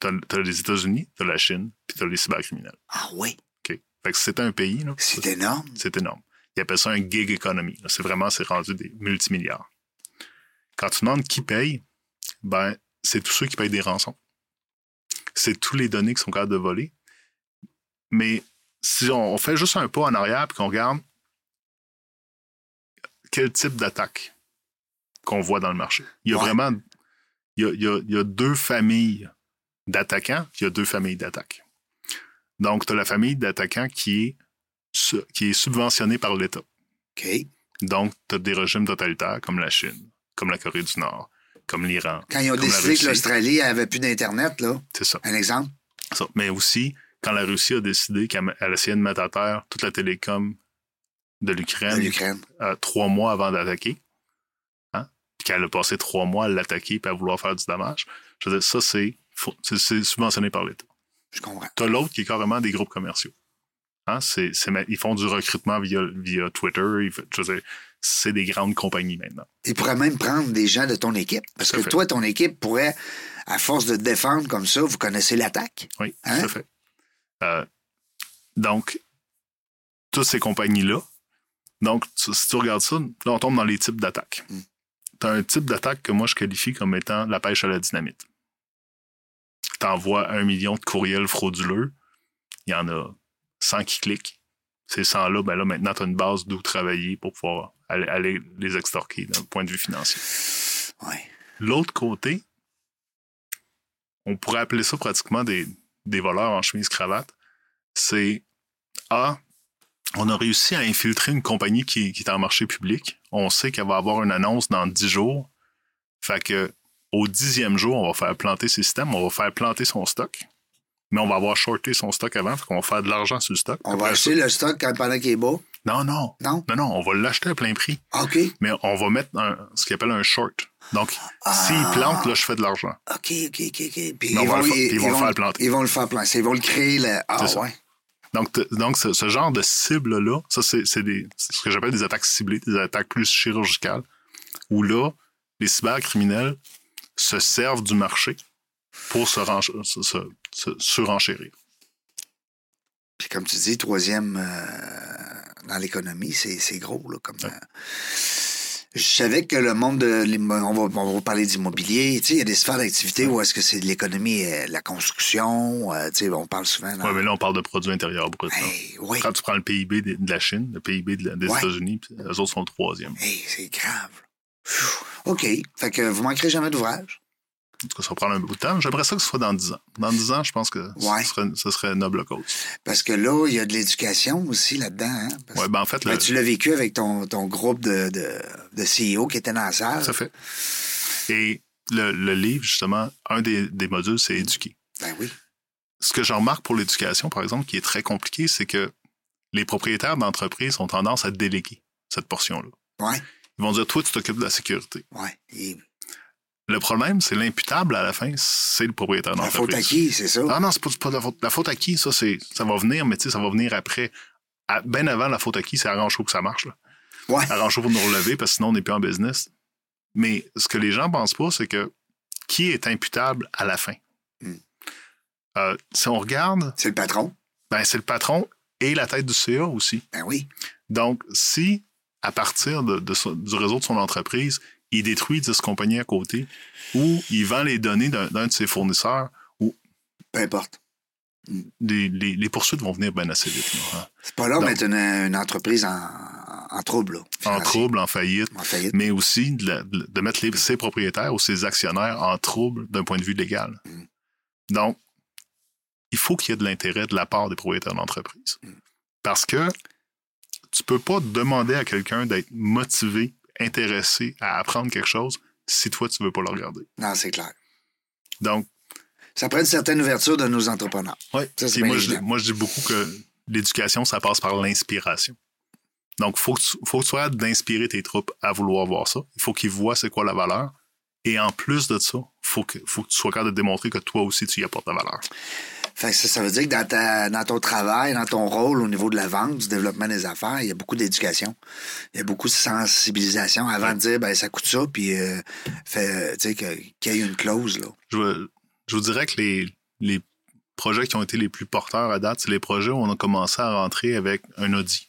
Speaker 3: T'as as les États-Unis, t'as la Chine, puis t'as les cybercriminels.
Speaker 2: Ah oui.
Speaker 3: OK? Fait que c'est un pays, là,
Speaker 2: C'est énorme.
Speaker 3: c'est énorme. Ils appellent ça un gig economy. là. C'est vraiment, c'est rendu des multimilliards. Quand tu demandes qui paye, ben, c'est tous ceux qui payent des rançons. C'est tous les données qui sont capables de voler. Mais si on, on fait juste un pas en arrière et qu'on regarde quel type d'attaque qu'on voit dans le marché. Il y a
Speaker 2: Ouais.
Speaker 3: vraiment il y a- il y a- il y a deux familles d'attaquants, puis il y a deux familles d'attaques. Donc, tu as la famille d'attaquants qui est su- qui est subventionné par l'État.
Speaker 2: OK.
Speaker 3: Donc, tu as des régimes totalitaires comme la Chine, comme la Corée du Nord, comme l'Iran.
Speaker 2: Quand ils ont
Speaker 3: comme la
Speaker 2: décidé que
Speaker 3: Russie.
Speaker 2: l'Australie n'avait plus d'Internet, là,
Speaker 3: C'est ça.
Speaker 2: un exemple,
Speaker 3: Ça. Mais aussi, quand la Russie a décidé qu'elle elle essayait de mettre à terre toute la télécom de
Speaker 2: de
Speaker 3: l'Ukraine
Speaker 2: l'Ukraine.
Speaker 3: euh, trois mois avant d'attaquer, hein? puis qu'elle a passé trois mois à l'attaquer puis à vouloir faire du dommage, je veux dire, ça, c'est faux. C'est- c'est subventionné par l'État.
Speaker 2: Je comprends.
Speaker 3: T'as l'autre qui est carrément des groupes commerciaux. Hein? c'est c'est ma- ils font du recrutement via, via Twitter. ils fa- je veux dire, c'est des grandes compagnies maintenant.
Speaker 2: Ils pourraient même prendre des gens de ton équipe. Parce
Speaker 3: Tout
Speaker 2: que
Speaker 3: à fait.
Speaker 2: toi, ton équipe pourrait, à force de te défendre comme ça, vous connaissez l'attaque.
Speaker 3: Oui,
Speaker 2: Hein?
Speaker 3: tout à fait. Euh, donc, toutes ces compagnies-là, donc, tu- si tu regardes ça, là, on tombe dans les types d'attaques.
Speaker 2: Mm.
Speaker 3: Tu as un type d'attaque que moi, je qualifie comme étant la pêche à la dynamite. Tu envoies un million de courriels frauduleux, il y en a 100 qui cliquent. Ces 100-là, ben là, maintenant, tu as une base d'où travailler pour pouvoir aller, aller les extorquer d'un point de vue financier.
Speaker 2: Oui.
Speaker 3: L'autre côté, on pourrait appeler ça pratiquement des, des voleurs en chemise-cravate. C'est A, on a réussi à infiltrer une compagnie qui, qui est en marché public. On sait qu'elle va avoir une annonce dans 10 jours. Fait que au dixième jour, on va faire planter ses systèmes, on va faire planter son stock. Mais on va avoir shorté son stock avant, fait qu'on va faire de l'argent sur le stock.
Speaker 2: On va
Speaker 3: Après
Speaker 2: acheter le stock quand- pendant qu'il est bas.
Speaker 3: ça- Non, non.
Speaker 2: Non?
Speaker 3: Non, non, on va l'acheter à plein prix.
Speaker 2: OK.
Speaker 3: Mais on va mettre un- ce qu'ils appelle un short. Donc,
Speaker 2: Ah.
Speaker 3: s'il plante, là, je fais de l'argent.
Speaker 2: OK, OK, OK, OK. Puis
Speaker 3: Mais on va le fa- puis ils vont le faire planter.
Speaker 2: Ils vont le faire planter. Ils vont le créer. Le... Ah,
Speaker 3: C'est ça.
Speaker 2: ouais.
Speaker 3: Donc, t- donc ce, ce genre de cible-là, ça, c'est c'est des- c'est ce que j'appelle des attaques ciblées, des attaques plus chirurgicales, où là, les cybercriminels se servent du marché pour se, ren- se- se- se surenchérir.
Speaker 2: Puis comme tu dis, troisième euh, dans l'économie, c'est c'est gros, là, comme... euh, Je savais que le monde de... l'immo- On va, on va parler d'immobilier. Tu sais, il y a des sphères d'activité où est-ce que c'est de l'économie, euh, la construction. euh, tu sais, on parle souvent... dans-
Speaker 3: Ouais, mais là, on parle de produits intérieurs bruts. là.
Speaker 2: Hey, oui.
Speaker 3: Quand tu prends le PIB de, de la Chine, le PIB de la- des
Speaker 2: Ouais.
Speaker 3: États-Unis, puis eux autres sont le troisième.
Speaker 2: Hey, c'est grave. là. Pfiou. OK. Fait que vous manquerez jamais d'ouvrage.
Speaker 3: En tout cas, ça va prendre un bout de temps. J'aimerais ça que ce soit dans 10 ans. Dans 10 ans, je pense que
Speaker 2: Ouais.
Speaker 3: ce, serait, ce serait noble cause.
Speaker 2: Parce que là, il y a de l'éducation aussi là-dedans. Hein? Parce-
Speaker 3: Ouais, ben, en fait,
Speaker 2: Ben,
Speaker 3: le-
Speaker 2: tu l'as vécu avec ton, ton groupe de, de, de CEO qui était dans la salle.
Speaker 3: Ça fait. Et le, le livre, justement, un des, des modules, c'est éduquer.
Speaker 2: Ben oui.
Speaker 3: Ce que je remarque pour l'éducation, par exemple, qui est très compliqué, c'est que les propriétaires d'entreprises ont tendance à déléguer cette portion-là.
Speaker 2: Ouais.
Speaker 3: Ils vont dire, toi, tu t'occupes de la sécurité.
Speaker 2: Ouais. Et
Speaker 3: Le problème, c'est l'imputable à la fin, c'est le propriétaire
Speaker 2: la faute à
Speaker 3: d'entreprise. Ah
Speaker 2: qui, c'est ça?
Speaker 3: Non, non, c'est pas, c'est pas de la faute. La faute à qui, ça, c'est, ça va venir, mais tu sais, ça va venir après. À- ben avant la faute à qui, c'est arrange-toi que ça marche. là.
Speaker 2: Ouais.
Speaker 3: Arrange-toi pour nous relever parce que sinon, on n'est plus en business. Mais ce que les gens pensent pas, c'est que qui est imputable à la fin?
Speaker 2: Mm.
Speaker 3: Euh, si on regarde,
Speaker 2: C'est le patron?
Speaker 3: ben, c'est le patron et la tête du CA aussi.
Speaker 2: Ben oui.
Speaker 3: Donc, si à partir de, de son- du réseau de son entreprise, il détruit 10 compagnies à côté ou il vend les données d'un d'un de ses fournisseurs,
Speaker 2: Peu importe.
Speaker 3: les, les- les poursuites vont venir bien assez vite. là, hein.
Speaker 2: C'est pas là
Speaker 3: Non.
Speaker 2: mettre une, une entreprise en, en trouble. Là,
Speaker 3: en
Speaker 2: financier.
Speaker 3: trouble, en faillite,
Speaker 2: En faillite.
Speaker 3: mais aussi de, la- de mettre les- ses propriétaires ou ses actionnaires en trouble d'un point de vue légal.
Speaker 2: Mm.
Speaker 3: Donc, il faut qu'il y ait de l'intérêt de la part des propriétaires d'entreprise. Parce que tu peux pas demander à quelqu'un d'être motivé, intéressé à apprendre quelque chose si toi, tu veux pas le regarder.
Speaker 2: Non, c'est clair.
Speaker 3: Donc,
Speaker 2: Ça prend une certaine ouverture de nos entrepreneurs.
Speaker 3: Ouais.
Speaker 2: Ça, c'est
Speaker 3: Puis
Speaker 2: bien
Speaker 3: moi, je, dis-
Speaker 2: évident.
Speaker 3: moi, je dis beaucoup que l'éducation, ça passe par l'inspiration. Donc, il faut, que tu- faut que tu sois capable d'inspirer tes troupes à vouloir voir ça. Il faut qu'ils voient c'est quoi la valeur. Et en plus de ça, il faut que, faut que tu sois capable de démontrer que toi aussi, tu y apportes la valeur.
Speaker 2: Fait que ça, ça veut dire que dans, ta- dans ton travail, dans ton rôle au niveau de la vente, du développement des affaires, il y a beaucoup d'éducation. Il y a beaucoup de sensibilisation avant de dire, ben ça coûte ça, puis euh, fait, euh, tu sais, que- qu'il y ait une clause, là.
Speaker 3: Je, veux- je vous dirais que les, les projets qui ont été les plus porteurs à date, c'est les projets où on a commencé à rentrer avec un audit.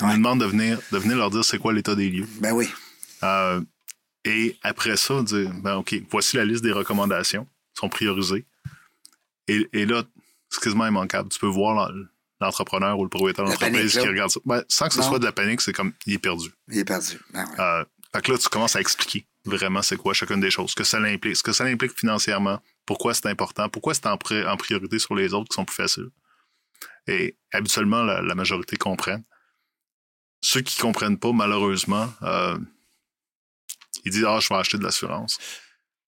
Speaker 3: On
Speaker 2: Ouais.
Speaker 3: nous demande de venir, de venir leur dire c'est quoi l'état des lieux.
Speaker 2: Ben oui.
Speaker 3: Euh, et après ça, dire ben, OK, voici la liste des recommandations, Elles sont priorisées. Et, et là, c'est quasiment immanquable. Tu peux voir l'en- l'entrepreneur ou le propriétaire
Speaker 2: La
Speaker 3: d'entreprise
Speaker 2: panique, là.
Speaker 3: qui regarde ça. Ben, sans que ce
Speaker 2: Non.
Speaker 3: soit de la panique, c'est comme il est perdu.
Speaker 2: Il est perdu. Ben ouais.
Speaker 3: Euh, fait que là, tu commences à expliquer vraiment c'est quoi chacune des choses, ce que ça implique, ce que ça implique financièrement, pourquoi c'est important, pourquoi c'est en, pri- en priorité sur les autres qui sont plus faciles. Et habituellement, la, la majorité comprennent. Ceux qui comprennent pas, malheureusement, euh, Ils disent Ah, je vais acheter de l'assurance.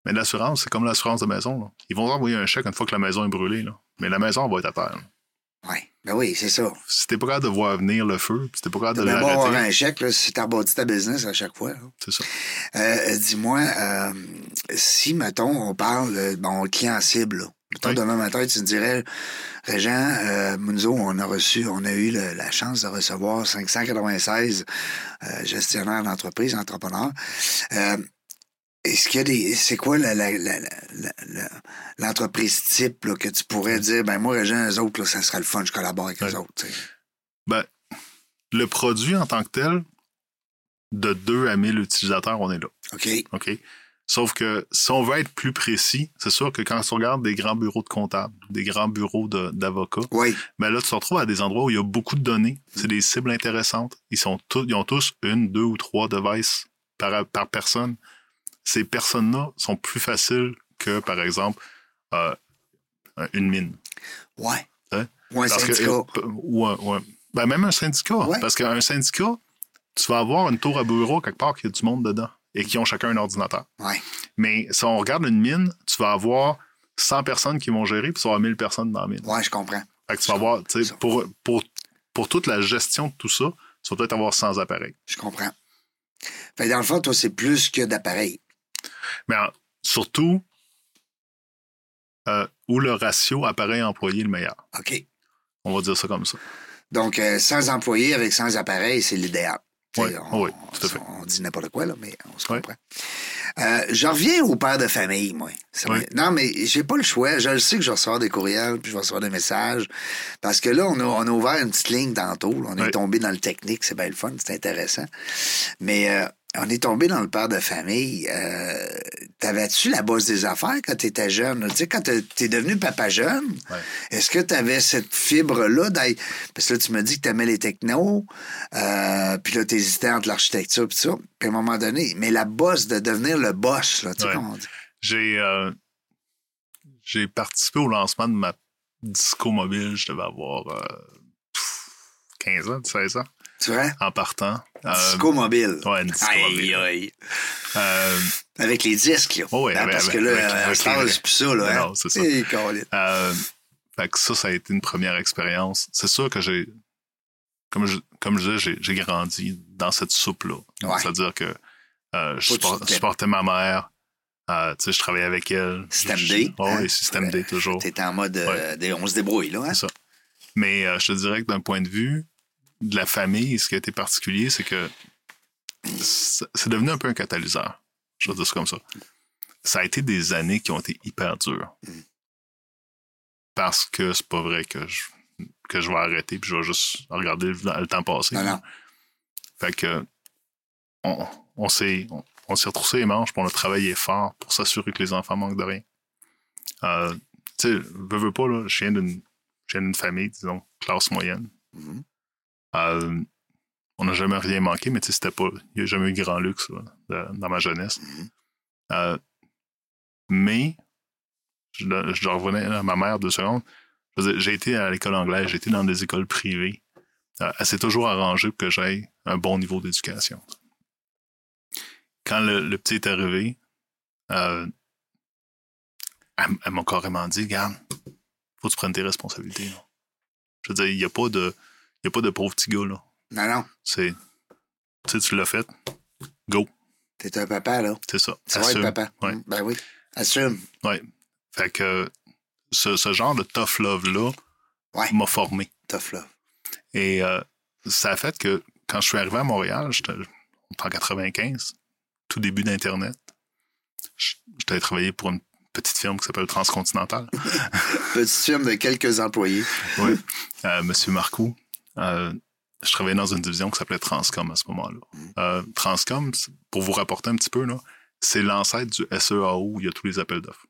Speaker 3: Mais l'assurance, c'est comme l'assurance de maison. là. Ils vont envoyer un chèque une fois que la maison est brûlée. là. Mais la maison va être à terre. là. Ah.
Speaker 2: Ouais. Ben oui, c'est ça. Ben,
Speaker 3: Si t'es pas capable de voir venir le feu, si t'es pas capable
Speaker 2: T'as
Speaker 3: Ah, de
Speaker 2: bien beau avoir
Speaker 3: l'arrêter,
Speaker 2: un chèque, là, si t'as rebâti ta business à chaque fois. là.
Speaker 3: c'est ça.
Speaker 2: Euh, Dis-moi, euh, si, mettons, on parle, euh, bon, client cible, là. Mettons,
Speaker 3: Oui.
Speaker 2: demain matin, tu me dirais, Régent, euh, Munzo, on a reçu, on a eu le- la chance de recevoir 596 euh, gestionnaires d'entreprise, entrepreneurs. Euh, Est-ce qu'il y a des. C'est quoi la- la- la- la- la- la- l'entreprise type là, que tu pourrais dire, ben moi, Régent, eux autres, là, ça sera le fun, je collabore avec
Speaker 3: Ouais.
Speaker 2: eux autres. tu sais.
Speaker 3: Le produit en tant que tel, de 2 à 1000 utilisateurs, on est là.
Speaker 2: OK.
Speaker 3: OK? Sauf que si on veut être plus précis, c'est sûr que quand on regarde des grands bureaux de comptables, des grands bureaux de- d'avocats,
Speaker 2: Oui.
Speaker 3: ben là, tu te retrouves à des endroits où il y a beaucoup de données. C'est des cibles intéressantes. Ils, sont tous, ils ont tous une, deux ou trois devices par, par personne. Ces personnes-là sont plus faciles que, par exemple, euh, une mine.
Speaker 2: Ouais.
Speaker 3: Hein?
Speaker 2: Ou un
Speaker 3: Parce que-
Speaker 2: syndicat.
Speaker 3: euh, ouais, ouais. Ben, même un syndicat.
Speaker 2: Ouais.
Speaker 3: Parce qu'un syndicat, tu vas avoir une tour à bureau quelque part qui a du monde dedans et qui ont chacun un ordinateur.
Speaker 2: Ouais.
Speaker 3: Mais si on regarde une mine, tu vas avoir 100 personnes qui vont gérer, puis tu vas avoir 1000 personnes dans la mine.
Speaker 2: Ouais, je comprends.
Speaker 3: Fait que tu vas avoir, tu sais,
Speaker 2: Ça.
Speaker 3: pour, pour, pour toute la gestion de tout ça, tu vas peut-être avoir 100 appareils.
Speaker 2: Je comprends. Fait que dans le fond, toi, c'est plus que d'appareils.
Speaker 3: Mais en- surtout, euh, où le ratio appareil-employé est le meilleur.
Speaker 2: OK.
Speaker 3: On va dire ça comme ça.
Speaker 2: Donc, euh, sans employés avec sans appareils, c'est l'idéal.
Speaker 3: Ouais,
Speaker 2: T'sais, on,
Speaker 3: ouais, tout à fait.
Speaker 2: on dit n'importe quoi, là, mais on se
Speaker 3: Ouais.
Speaker 2: comprend. Euh, je reviens au père de famille, moi. C'est vrai.
Speaker 3: Ouais.
Speaker 2: Non, mais j'ai pas le choix. Je le sais que je vais recevoir des courriels, puis je vais recevoir des messages. Parce que là, on a, on a ouvert une petite ligne tantôt. là. On est
Speaker 3: Ouais.
Speaker 2: tombé dans le technique, c'est bien le fun, c'est intéressant. Mais euh, on est tombé dans le père de famille. Euh, T'avais-tu la bosse des affaires quand t'étais jeune? là? Tu sais, quand t'es t'es devenu papa jeune,
Speaker 3: Ouais.
Speaker 2: est-ce que t'avais cette fibre-là? d'ail- Parce que là, tu me dis que t'aimais les technos, euh, puis là, t'hésitais entre l'architecture puis ça. Puis à un moment donné, mais la bosse de devenir le boss, là, tu sais
Speaker 3: Ouais.
Speaker 2: comment on dit?
Speaker 3: J'ai euh, j'ai participé au lancement de ma disco mobile. Je devais avoir euh, pff, 15 ans, 16 ans
Speaker 2: Tu vois?
Speaker 3: en partant. Euh,
Speaker 2: Disco mobile.
Speaker 3: Ouais, une disco
Speaker 2: Aïe,
Speaker 3: mobile.
Speaker 2: aïe.
Speaker 3: Euh,
Speaker 2: Avec les disques, là.
Speaker 3: Oh oui,
Speaker 2: Hein,
Speaker 3: avec-
Speaker 2: parce que
Speaker 3: avec-
Speaker 2: là,
Speaker 3: avec
Speaker 2: à
Speaker 3: les
Speaker 2: cette heure,
Speaker 3: vrais.
Speaker 2: c'est plus ça, là. hein?
Speaker 3: Non, c'est ça.
Speaker 2: Hey, Colin.
Speaker 3: Euh, fait que ça, ça a été une première expérience. C'est sûr que j'ai, comme je, comme je disais, j'ai- j'ai grandi dans cette soupe-là.
Speaker 2: Ouais.
Speaker 3: C'est-à-dire que euh, je
Speaker 2: Faut que tu
Speaker 3: suppor-
Speaker 2: te-
Speaker 3: supportais ma mère. Euh, tu sais, je travaillais avec elle.
Speaker 2: Système
Speaker 3: Je-
Speaker 2: D,
Speaker 3: Oh,
Speaker 2: hein?
Speaker 3: oui, système D, toujours.
Speaker 2: T'es en mode, euh, des- on se débrouille, là. hein?
Speaker 3: C'est ça. Mais euh, je te dirais que d'un point de vue de la famille, ce qui a été particulier, c'est que c'est c'est devenu un peu un catalyseur. Je vais dire ça comme ça. Ça a été des années qui ont été hyper dures.
Speaker 2: Mm.
Speaker 3: Parce que c'est pas vrai que je, que je vais arrêter puis je vais juste regarder le, le temps passer.
Speaker 2: Non, non.
Speaker 3: Fait que on, on s'est on, on s'est retroussé les manches, puis on a travaillé fort pour s'assurer que les enfants manquent de rien. Euh, tu sais, veux, veux pas, là, je viens d'une je viens d'une famille, disons, classe moyenne.
Speaker 2: Mhm.
Speaker 3: Euh, on n'a jamais rien manqué, mais tu sais, c'était pas. Il n'y a jamais eu grand luxe là, de- dans ma jeunesse.
Speaker 2: Mhm.
Speaker 3: Euh, mais je, le- je le revenais à ma mère deux secondes. Je veux dire, J'ai été à l'école anglaise, j'ai été dans des écoles privées. Euh, elle s'est toujours arrangée pour que j'aille un bon niveau d'éducation. Quand le, le petit est arrivé, euh, elle, m- elle m'a carrément dit Garde, faut que tu prennes tes responsabilités. là. Je veux dire, il n'y a pas de. Il n'y a pas de pauvre petit gars, là.
Speaker 2: Non, non.
Speaker 3: C'est. Tu sais, tu l'as fait.
Speaker 2: T'es un papa, là.
Speaker 3: C'est ça.
Speaker 2: Tu vas être
Speaker 3: Assume.
Speaker 2: papa.
Speaker 3: Ouais.
Speaker 2: Mm, Ben oui. Assume.
Speaker 3: Fait que ce, ce genre de tough love-là
Speaker 2: Ouais.
Speaker 3: m'a formé.
Speaker 2: Tough, là.
Speaker 3: Et euh, ça a fait que quand je suis arrivé à Montréal, j'étais on était en 95, tout début d'Internet, je- j'étais travaillé pour une petite firme qui s'appelle Transcontinental.
Speaker 2: Petit film de quelques employés.
Speaker 3: Oui. Euh, Monsieur Marcoux, euh, je travaillais dans une division qui s'appelait Transcom à ce moment-là. Euh, Transcom, c'est- pour vous rapporter un petit peu, là, c'est l'ancêtre du SEAO où il y a tous les appels d'offres.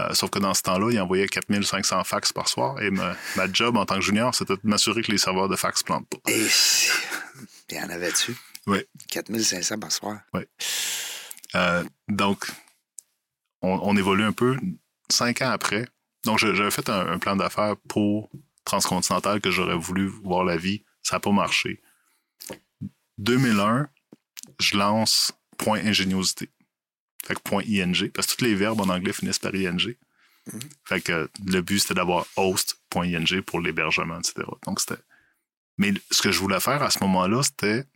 Speaker 3: Euh, sauf que dans ce temps-là, il envoyait 4500 fax par soir et ma, ma job en tant que junior, c'était de m'assurer que les serveurs de fax ne plantent pas.
Speaker 2: Et si- il y en avait-tu?
Speaker 3: Ouais.
Speaker 2: 4500 par soir.
Speaker 3: Euh, donc, on, on évolue un peu cinq ans après. Donc, je- j'avais fait un, un plan d'affaires pour Transcontinental que j'aurais voulu voir la vie. Ça n'a pas marché. 2001, je lance point ingéniosité. Fait que point ing, parce que tous les verbes en anglais finissent par ing. Fait que le but, c'était d'avoir host.ing pour l'hébergement, etc. Donc, c'était. Mais ce que je voulais faire à ce moment-là, c'était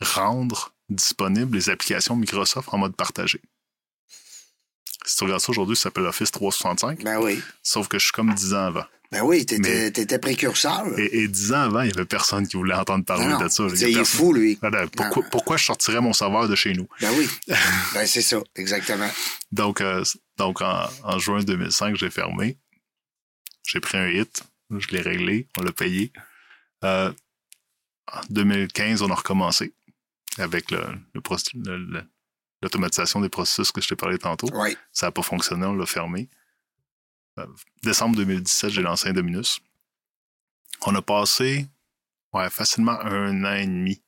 Speaker 3: rendre disponibles les applications Microsoft en mode partagé. Si tu regardes ça aujourd'hui, ça s'appelle Office 365,
Speaker 2: Ben oui.
Speaker 3: sauf que je suis comme 10 ans avant.
Speaker 2: Ben oui, t'étais
Speaker 3: Mais-
Speaker 2: t'étais précurseur.
Speaker 3: Et, et 10 ans avant, il n'y avait personne qui voulait entendre parler
Speaker 2: Non, non.
Speaker 3: de ça. là.
Speaker 2: Tu
Speaker 3: Il y a
Speaker 2: sais, il est
Speaker 3: personne-
Speaker 2: fou, Ah. lui.
Speaker 3: Voilà, pourquoi,
Speaker 2: Non.
Speaker 3: pourquoi je sortirais mon serveur de chez nous?
Speaker 2: Ben oui. ben c'est ça, exactement.
Speaker 3: Donc, euh, donc en, en juin 2005, j'ai fermé. J'ai pris un hit. Je l'ai réglé. On l'a payé. Euh, en 2015, on a recommencé avec le- le proc- le- le- l'automatisation des processus que je t'ai parlé tantôt.
Speaker 2: Oui.
Speaker 3: Ça n'a pas fonctionné. On l'a fermé. Euh, décembre 2017, j'ai lancé Indominus. On a passé ouais, facilement un an et demi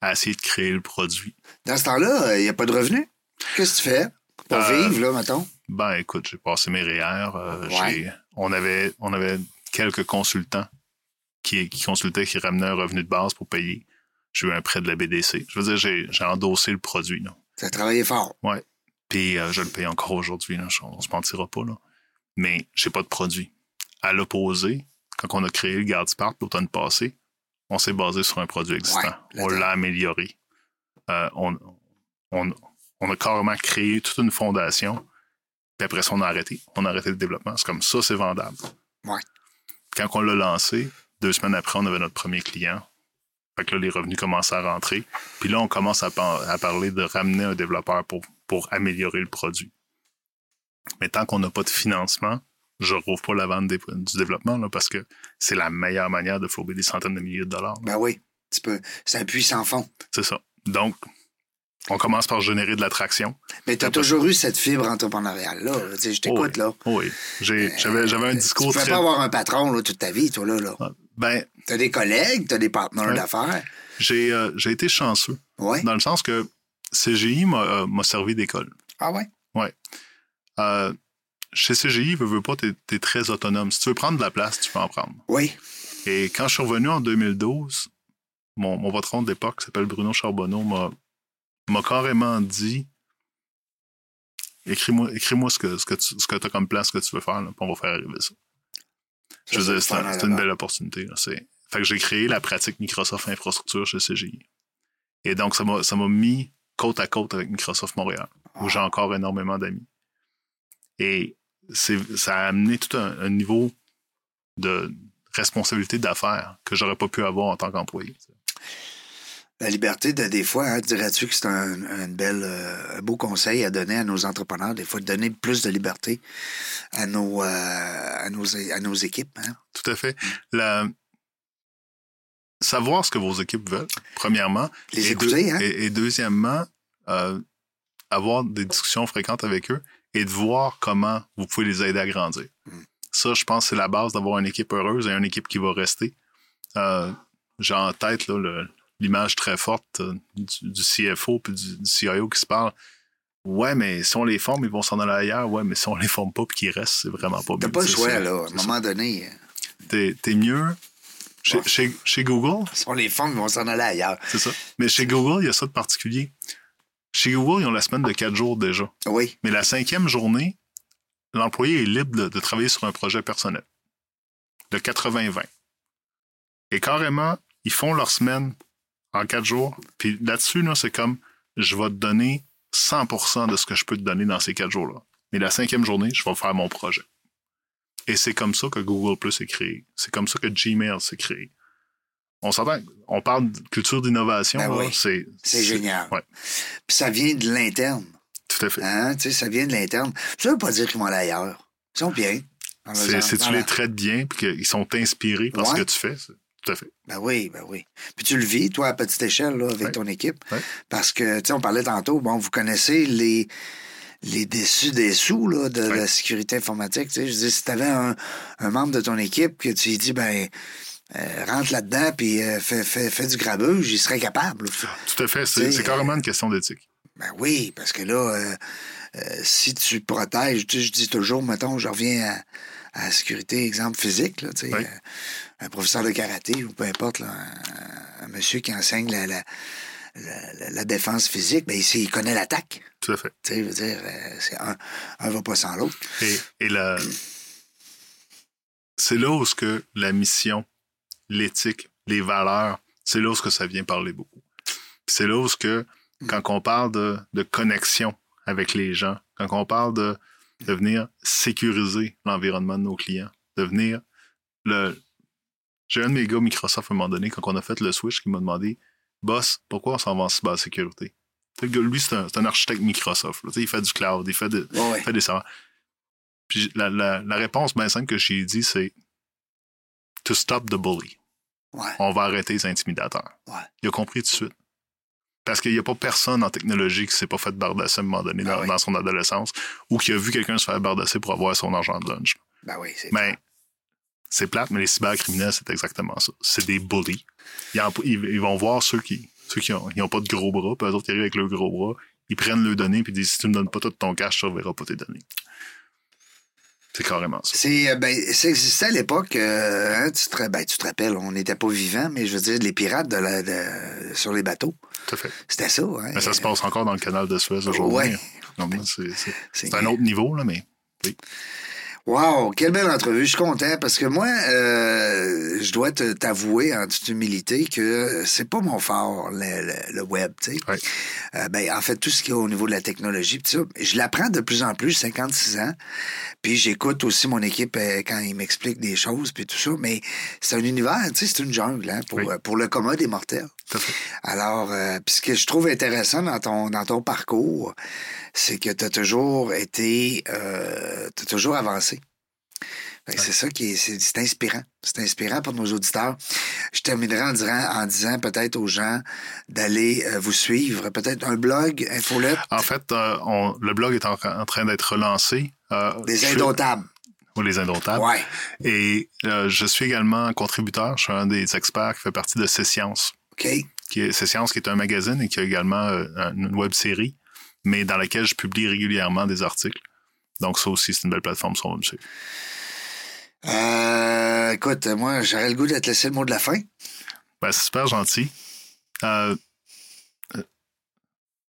Speaker 3: à essayer de créer le produit.
Speaker 2: Dans ce temps-là, euh, il n'y a pas de revenus. Qu'est-ce que tu fais pour
Speaker 3: Euh,
Speaker 2: vivre, là, mettons?
Speaker 3: Ben, écoute, j'ai passé mes REER. euh,
Speaker 2: Ouais.
Speaker 3: j'ai- on, avait, on avait quelques consultants qui, qui consultaient, qui ramenaient un revenu de base pour payer. J'ai eu un prêt de la BDC. Je veux dire, j'ai j'ai endossé le produit. Là.
Speaker 2: Tu as travaillé fort.
Speaker 3: Puis euh, je le paye encore aujourd'hui. là. Je- On se mentira pas. Là. Mais j'ai pas de produit. À l'opposé, quand on a créé le Gardspart l'automne passé, on s'est basé sur un produit existant.
Speaker 2: Ouais,
Speaker 3: on l'a amélioré. Euh, on, on- on a carrément créé toute une fondation. Puis après ça, on a arrêté. On a arrêté le développement. C'est comme ça, c'est vendable.
Speaker 2: Ouais.
Speaker 3: Quand on l'a lancé, deux semaines après, on avait notre premier client. Fait que là, les revenus commençaient à rentrer. Puis là, on commence à, par- à parler de ramener un développeur pour, pour améliorer le produit. Mais tant qu'on n'a pas de financement, je rouvre pas la vente des- du développement là, parce que c'est la meilleure manière de fourber des centaines de milliers de dollars. là.
Speaker 2: Ben oui. Tu peux. C'est un puits sans fond.
Speaker 3: C'est ça. Donc, on commence par générer de l'attraction.
Speaker 2: Mais tu as
Speaker 3: T'as pas-
Speaker 2: toujours eu cette fibre entrepreneuriale, là. Tu sais, je t'écoute, là.
Speaker 3: Oh oui. J'ai- J'avais j'avais un discours
Speaker 2: Euh, tu ne
Speaker 3: très.
Speaker 2: pas avoir un patron, là, toute ta vie, toi, là. là.
Speaker 3: Ben,
Speaker 2: Tu as des collègues, tu as des partenaires
Speaker 3: Ouais. Ben,
Speaker 2: d'affaires.
Speaker 3: j'ai euh, j'ai été chanceux
Speaker 2: Oui.
Speaker 3: dans le sens que CGI m'a euh, m'a servi d'école.
Speaker 2: Ah ouais.
Speaker 3: Euh, chez CGI, veux, veux pas, t'es es très autonome. Si tu veux prendre de la place, tu peux en prendre.
Speaker 2: Oui.
Speaker 3: Et quand je suis revenu en 2012, mon, mon patron d'époque, qui s'appelle Bruno Charbonneau, m'a, m'a carrément dit Écris-moi, écris-moi ce que, ce que tu as comme plan, ce que tu veux faire, là, puis on va faire arriver ça. Je veux dire, c'est, un- c'est une belle opportunité. là. C'est- Fait que j'ai créé la pratique Microsoft Infrastructure chez CGI. Et donc, ça m'a, ça m'a mis côte à côte avec Microsoft Montréal, où j'ai encore énormément d'amis. Et c'est- ça a amené tout un, un niveau de responsabilité d'affaires que j'aurais pas pu avoir en tant qu'employé.
Speaker 2: La liberté, de, des fois, hein, dirais-tu que c'est un, un bel, euh, un beau conseil à donner à nos entrepreneurs, des fois, de donner plus de liberté à nos, euh, à nos, à nos équipes. hein.
Speaker 3: Tout à fait. La- Savoir ce que vos équipes veulent, premièrement.
Speaker 2: Les
Speaker 3: et, deux-
Speaker 2: écouter, hein?
Speaker 3: et- et deuxièmement, euh, avoir des discussions fréquentes avec eux et de voir comment vous pouvez les aider à grandir.
Speaker 2: Mm.
Speaker 3: Ça, je pense, que c'est la base d'avoir une équipe heureuse et une équipe qui va rester. Euh, J'ai en tête là, le- l'image très forte euh, du, du CFO puis du, du CIO qui se parle. Ouais, mais si on les forme, ils vont s'en aller ailleurs. Ouais, mais si on les forme pas puis qu'ils restent, c'est vraiment pas
Speaker 2: T'as
Speaker 3: mieux.
Speaker 2: pas le
Speaker 3: C'est-
Speaker 2: choix,
Speaker 3: c'est-
Speaker 2: là. À un
Speaker 3: c'est ça.
Speaker 2: moment donné, euh,
Speaker 3: T'es t'es mieux. Chez,
Speaker 2: Ouais.
Speaker 3: chez- chez Google,
Speaker 2: si on les fonde, ils vont s'en aller ailleurs.
Speaker 3: c'est ça. Mais chez Google, il y a ça de particulier. Chez Google, ils ont la semaine de quatre jours déjà.
Speaker 2: Oui.
Speaker 3: Mais la cinquième journée, l'employé est libre de, de travailler sur un projet personnel. De 80-20. Et carrément, ils font leur semaine en quatre jours. Puis là-dessus, là, c'est comme je vais te donner 100 de ce que je peux te donner dans ces quatre jours-là. Mais la cinquième journée, je vais faire mon projet. Et c'est comme ça que Google Plus est créé. C'est comme ça que Gmail s'est créé. On s'entend, on parle de culture d'innovation.
Speaker 2: Ben
Speaker 3: là,
Speaker 2: oui.
Speaker 3: C'est
Speaker 2: C'est génial.
Speaker 3: ouais.
Speaker 2: Puis ça vient de l'interne.
Speaker 3: Tout à fait.
Speaker 2: Hein? Tu sais, ça vient de l'interne. Ça veut pas dire qu'ils vont aller ailleurs. Ils sont bien. Dans leurs
Speaker 3: C'est
Speaker 2: en-
Speaker 3: si
Speaker 2: dans
Speaker 3: tu les
Speaker 2: leur-
Speaker 3: traites bien puis qu'ils sont inspirés par ce
Speaker 2: Ah, Ouais.
Speaker 3: que tu fais. c'est- Tout à fait.
Speaker 2: Ben oui, ben oui. Puis tu le vis, toi, à petite échelle, là, avec
Speaker 3: Ouais.
Speaker 2: ton équipe.
Speaker 3: Ouais.
Speaker 2: Parce que, tu sais, on parlait tantôt, bon, vous connaissez les, les déçus des sous, là, de
Speaker 3: Ouais.
Speaker 2: la sécurité informatique. Tu sais, je dis, si t'avais un, un membre de ton équipe que tu lui dis, ben, euh, rentre là-dedans puis euh, fais, fais, fais du grabuge, il serait capable.
Speaker 3: Tout à fait.
Speaker 2: Tu sais,
Speaker 3: C'est c'est carrément une question d'éthique.
Speaker 2: Ben oui, parce que là, euh, euh, si tu protèges, tu sais, je dis toujours, mettons, je reviens à, à la sécurité, exemple physique, là, tu sais,
Speaker 3: Oui.
Speaker 2: euh, un professeur de karaté ou peu importe, là, un, un monsieur qui enseigne la, la- la, la défense physique, ben, il connaît l'attaque.
Speaker 3: Tout à fait.
Speaker 2: Tu sais, je veux dire, euh, c'est un, un va pas sans l'autre.
Speaker 3: Et, et la... c'est là où ce que la mission, l'éthique, les valeurs, c'est là où ce que ça vient parler beaucoup. Puis C'est là où ce que, quand on parle de, de connexion avec les gens, quand on parle de, de venir sécuriser l'environnement de nos clients, de venir le... J'ai un de mes gars Microsoft à un moment donné, quand on a fait le switch, qui m'a demandé Boss, pourquoi on s'en va en cybersécurité? Tu sais, Le gars, lui, c'est un, c'est un architecte Microsoft. là. Tu sais, Il fait du cloud, il fait de,
Speaker 2: Ouais, ouais.
Speaker 3: fait des serveurs. Puis la, la- la réponse bien simple que j'ai dit, c'est to stop the bully.
Speaker 2: Ouais.
Speaker 3: On va arrêter les intimidateurs.
Speaker 2: Ouais.
Speaker 3: Il a compris tout de suite. Parce qu'il n'y a pas personne en technologie qui s'est pas fait bardasser à un moment donné
Speaker 2: Ah
Speaker 3: dans,
Speaker 2: oui.
Speaker 3: dans son adolescence ou qui a vu quelqu'un se faire bardasser pour avoir son argent de lunch.
Speaker 2: Ben oui, c'est
Speaker 3: Mais c'est plate, mais les cybercriminels, c'est exactement ça. C'est des bullies. Ils, en- ils- ils vont voir ceux qui ceux qui n'ont pas de gros bras, puis eux autres qui arrivent avec leurs gros bras, ils prennent leurs données puis ils disent si tu me donnes pas tout ton cash, tu ne reverras pas tes données. C'est carrément ça.
Speaker 2: C'est euh, ben, ça existait à l'époque. euh, hein, tu, te, ra- ben, tu te rappelles, on n'était pas vivants, mais je veux dire, les pirates de la- de- sur les bateaux,
Speaker 3: Tout à fait.
Speaker 2: c'était ça. Hein,
Speaker 3: Mais ça se passe encore dans le canal de Suez aujourd'hui.
Speaker 2: Ouais.
Speaker 3: Non, mais C'est c'est-
Speaker 2: C'est-
Speaker 3: c'est un autre niveau, là, mais
Speaker 2: Wow, quelle belle entrevue. Je suis content parce que moi, euh, je dois te- t'avouer en toute humilité que c'est pas mon fort, le, le- le web. tu sais.
Speaker 3: Ouais.
Speaker 2: Euh, ben, en fait, tout ce qui est au niveau de la technologie, pis ça, je l'apprends de plus en plus, 56 ans. Puis j'écoute aussi mon équipe euh, quand ils m'expliquent des choses, puis tout ça. Mais c'est un univers, tu sais, c'est une jungle hein, pour,
Speaker 3: Oui.
Speaker 2: euh, pour le commun des mortels.
Speaker 3: tout à fait.
Speaker 2: Alors, euh, puis ce que je trouve intéressant dans ton, dans ton parcours, c'est que tu as toujours été, euh, t'as toujours avancé. Fait que C'est ça qui est, c'est, c'est inspirant. C'est inspirant pour nos auditeurs. Je terminerai en, dirant- en disant peut-être aux gens d'aller euh, vous suivre, peut-être un blog, infolette,
Speaker 3: En fait, euh, on- le blog est en, en train d'être relancé. euh,
Speaker 2: des
Speaker 3: je- Ah.
Speaker 2: indomptables.
Speaker 3: Ou les indomptables.
Speaker 2: Ouais.
Speaker 3: Et euh, je suis également contributeur. Je suis un des experts qui fait partie de C'est Science.
Speaker 2: OK.
Speaker 3: Qui est, C'est Science qui est un magazine et qui a également euh, une web série, mais dans laquelle je publie régulièrement des articles. Donc, ça aussi, c'est une belle plateforme sur monsieur.
Speaker 2: Euh, écoute, moi, j'aurais le goût de te laisser le mot de la fin.
Speaker 3: Ben, c'est super gentil. Euh, euh,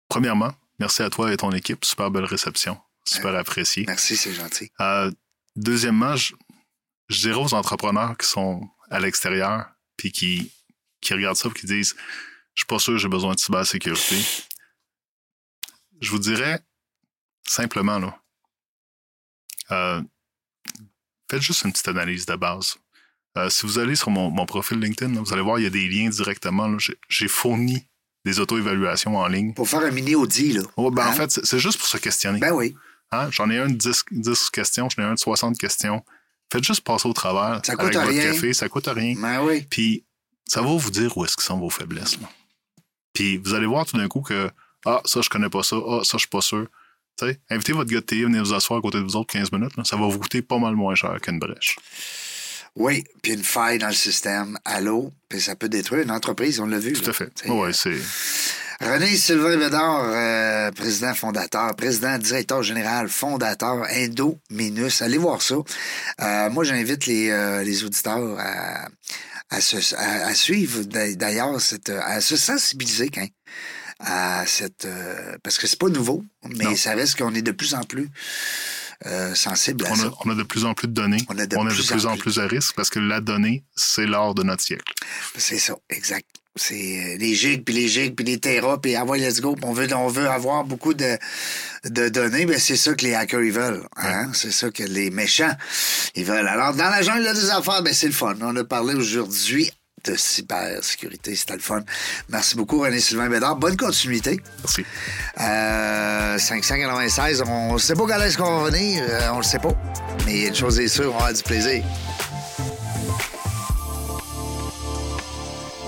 Speaker 3: premièrement, merci à toi et ton équipe. Super belle réception. Super apprécié.
Speaker 2: Merci, c'est gentil.
Speaker 3: Euh, deuxièmement, je, je dirais aux entrepreneurs qui sont à l'extérieur puis qui, qui regardent ça et qui disent Je suis pas sûr que j'ai besoin de cybersécurité. Je vous dirais simplement là, euh, faites juste une petite analyse de base. Euh, si vous allez sur mon, mon profil LinkedIn, là, vous allez voir, il y a des liens directement. là. J'ai- J'ai fourni des auto-évaluations en ligne.
Speaker 2: Pour faire un mini-audi, là.
Speaker 3: Oh, ben,
Speaker 2: Hein?
Speaker 3: En fait, c'est c'est juste pour se questionner.
Speaker 2: Ben oui,
Speaker 3: Hein, J'en ai un de 10, 10 questions, j'en ai un de 60 questions. Faites juste passer au travers.
Speaker 2: Ça coûte
Speaker 3: avec
Speaker 2: rien.
Speaker 3: votre café, ça coûte rien.
Speaker 2: ben oui.
Speaker 3: Puis ça va vous dire où est-ce que sont vos faiblesses. là. Puis vous allez voir tout d'un coup que Ah, ça, je connais pas ça. Ah, ça, je suis pas sûr. Tu sais, invitez votre gars de TI, venez vous asseoir à côté de vous autres 15 minutes. là. Ça va vous coûter pas mal moins cher qu'une brèche.
Speaker 2: Oui, puis une faille dans le système, à l'eau, puis ça peut détruire une entreprise, on l'a vu.
Speaker 3: Tout
Speaker 2: là.
Speaker 3: à fait.
Speaker 2: T'sais,
Speaker 3: Oui, ouais, c'est.
Speaker 2: René Sylvain Bédard, euh, président fondateur, président directeur général, fondateur Indo Minus. Allez voir ça. Euh, moi, j'invite les, euh, les auditeurs à, à, se, à, à suivre d'a- d'ailleurs cette euh, à se sensibiliser hein, à cette euh, parce que c'est pas nouveau, mais
Speaker 3: Non.
Speaker 2: ça reste qu'on est de plus en plus euh, sensible à
Speaker 3: On
Speaker 2: ça.
Speaker 3: a, on a de plus en plus de données.
Speaker 2: On a de
Speaker 3: on
Speaker 2: plus en
Speaker 3: plus en
Speaker 2: plus.
Speaker 3: plus à risque parce que la donnée, c'est l'art de notre siècle.
Speaker 2: C'est ça, exact. C'est euh, les gigs, puis les gigs, puis les terras, puis ah ouais, let's go. puis On veut, on veut avoir beaucoup de, de données, mais c'est ça que les hackers, ils veulent. hein. C'est ça que les méchants, ils veulent. Alors, dans la jungle des affaires, ben, c'est le fun. On a parlé aujourd'hui de cybersécurité, c'était le fun. Merci beaucoup, René-Sylvain Bédard. Bonne continuité.
Speaker 3: Merci.
Speaker 2: Euh, 596, on sait pas quand est-ce qu'on va venir, euh, on le sait pas. Mais une chose est sûre, on va avoir du plaisir.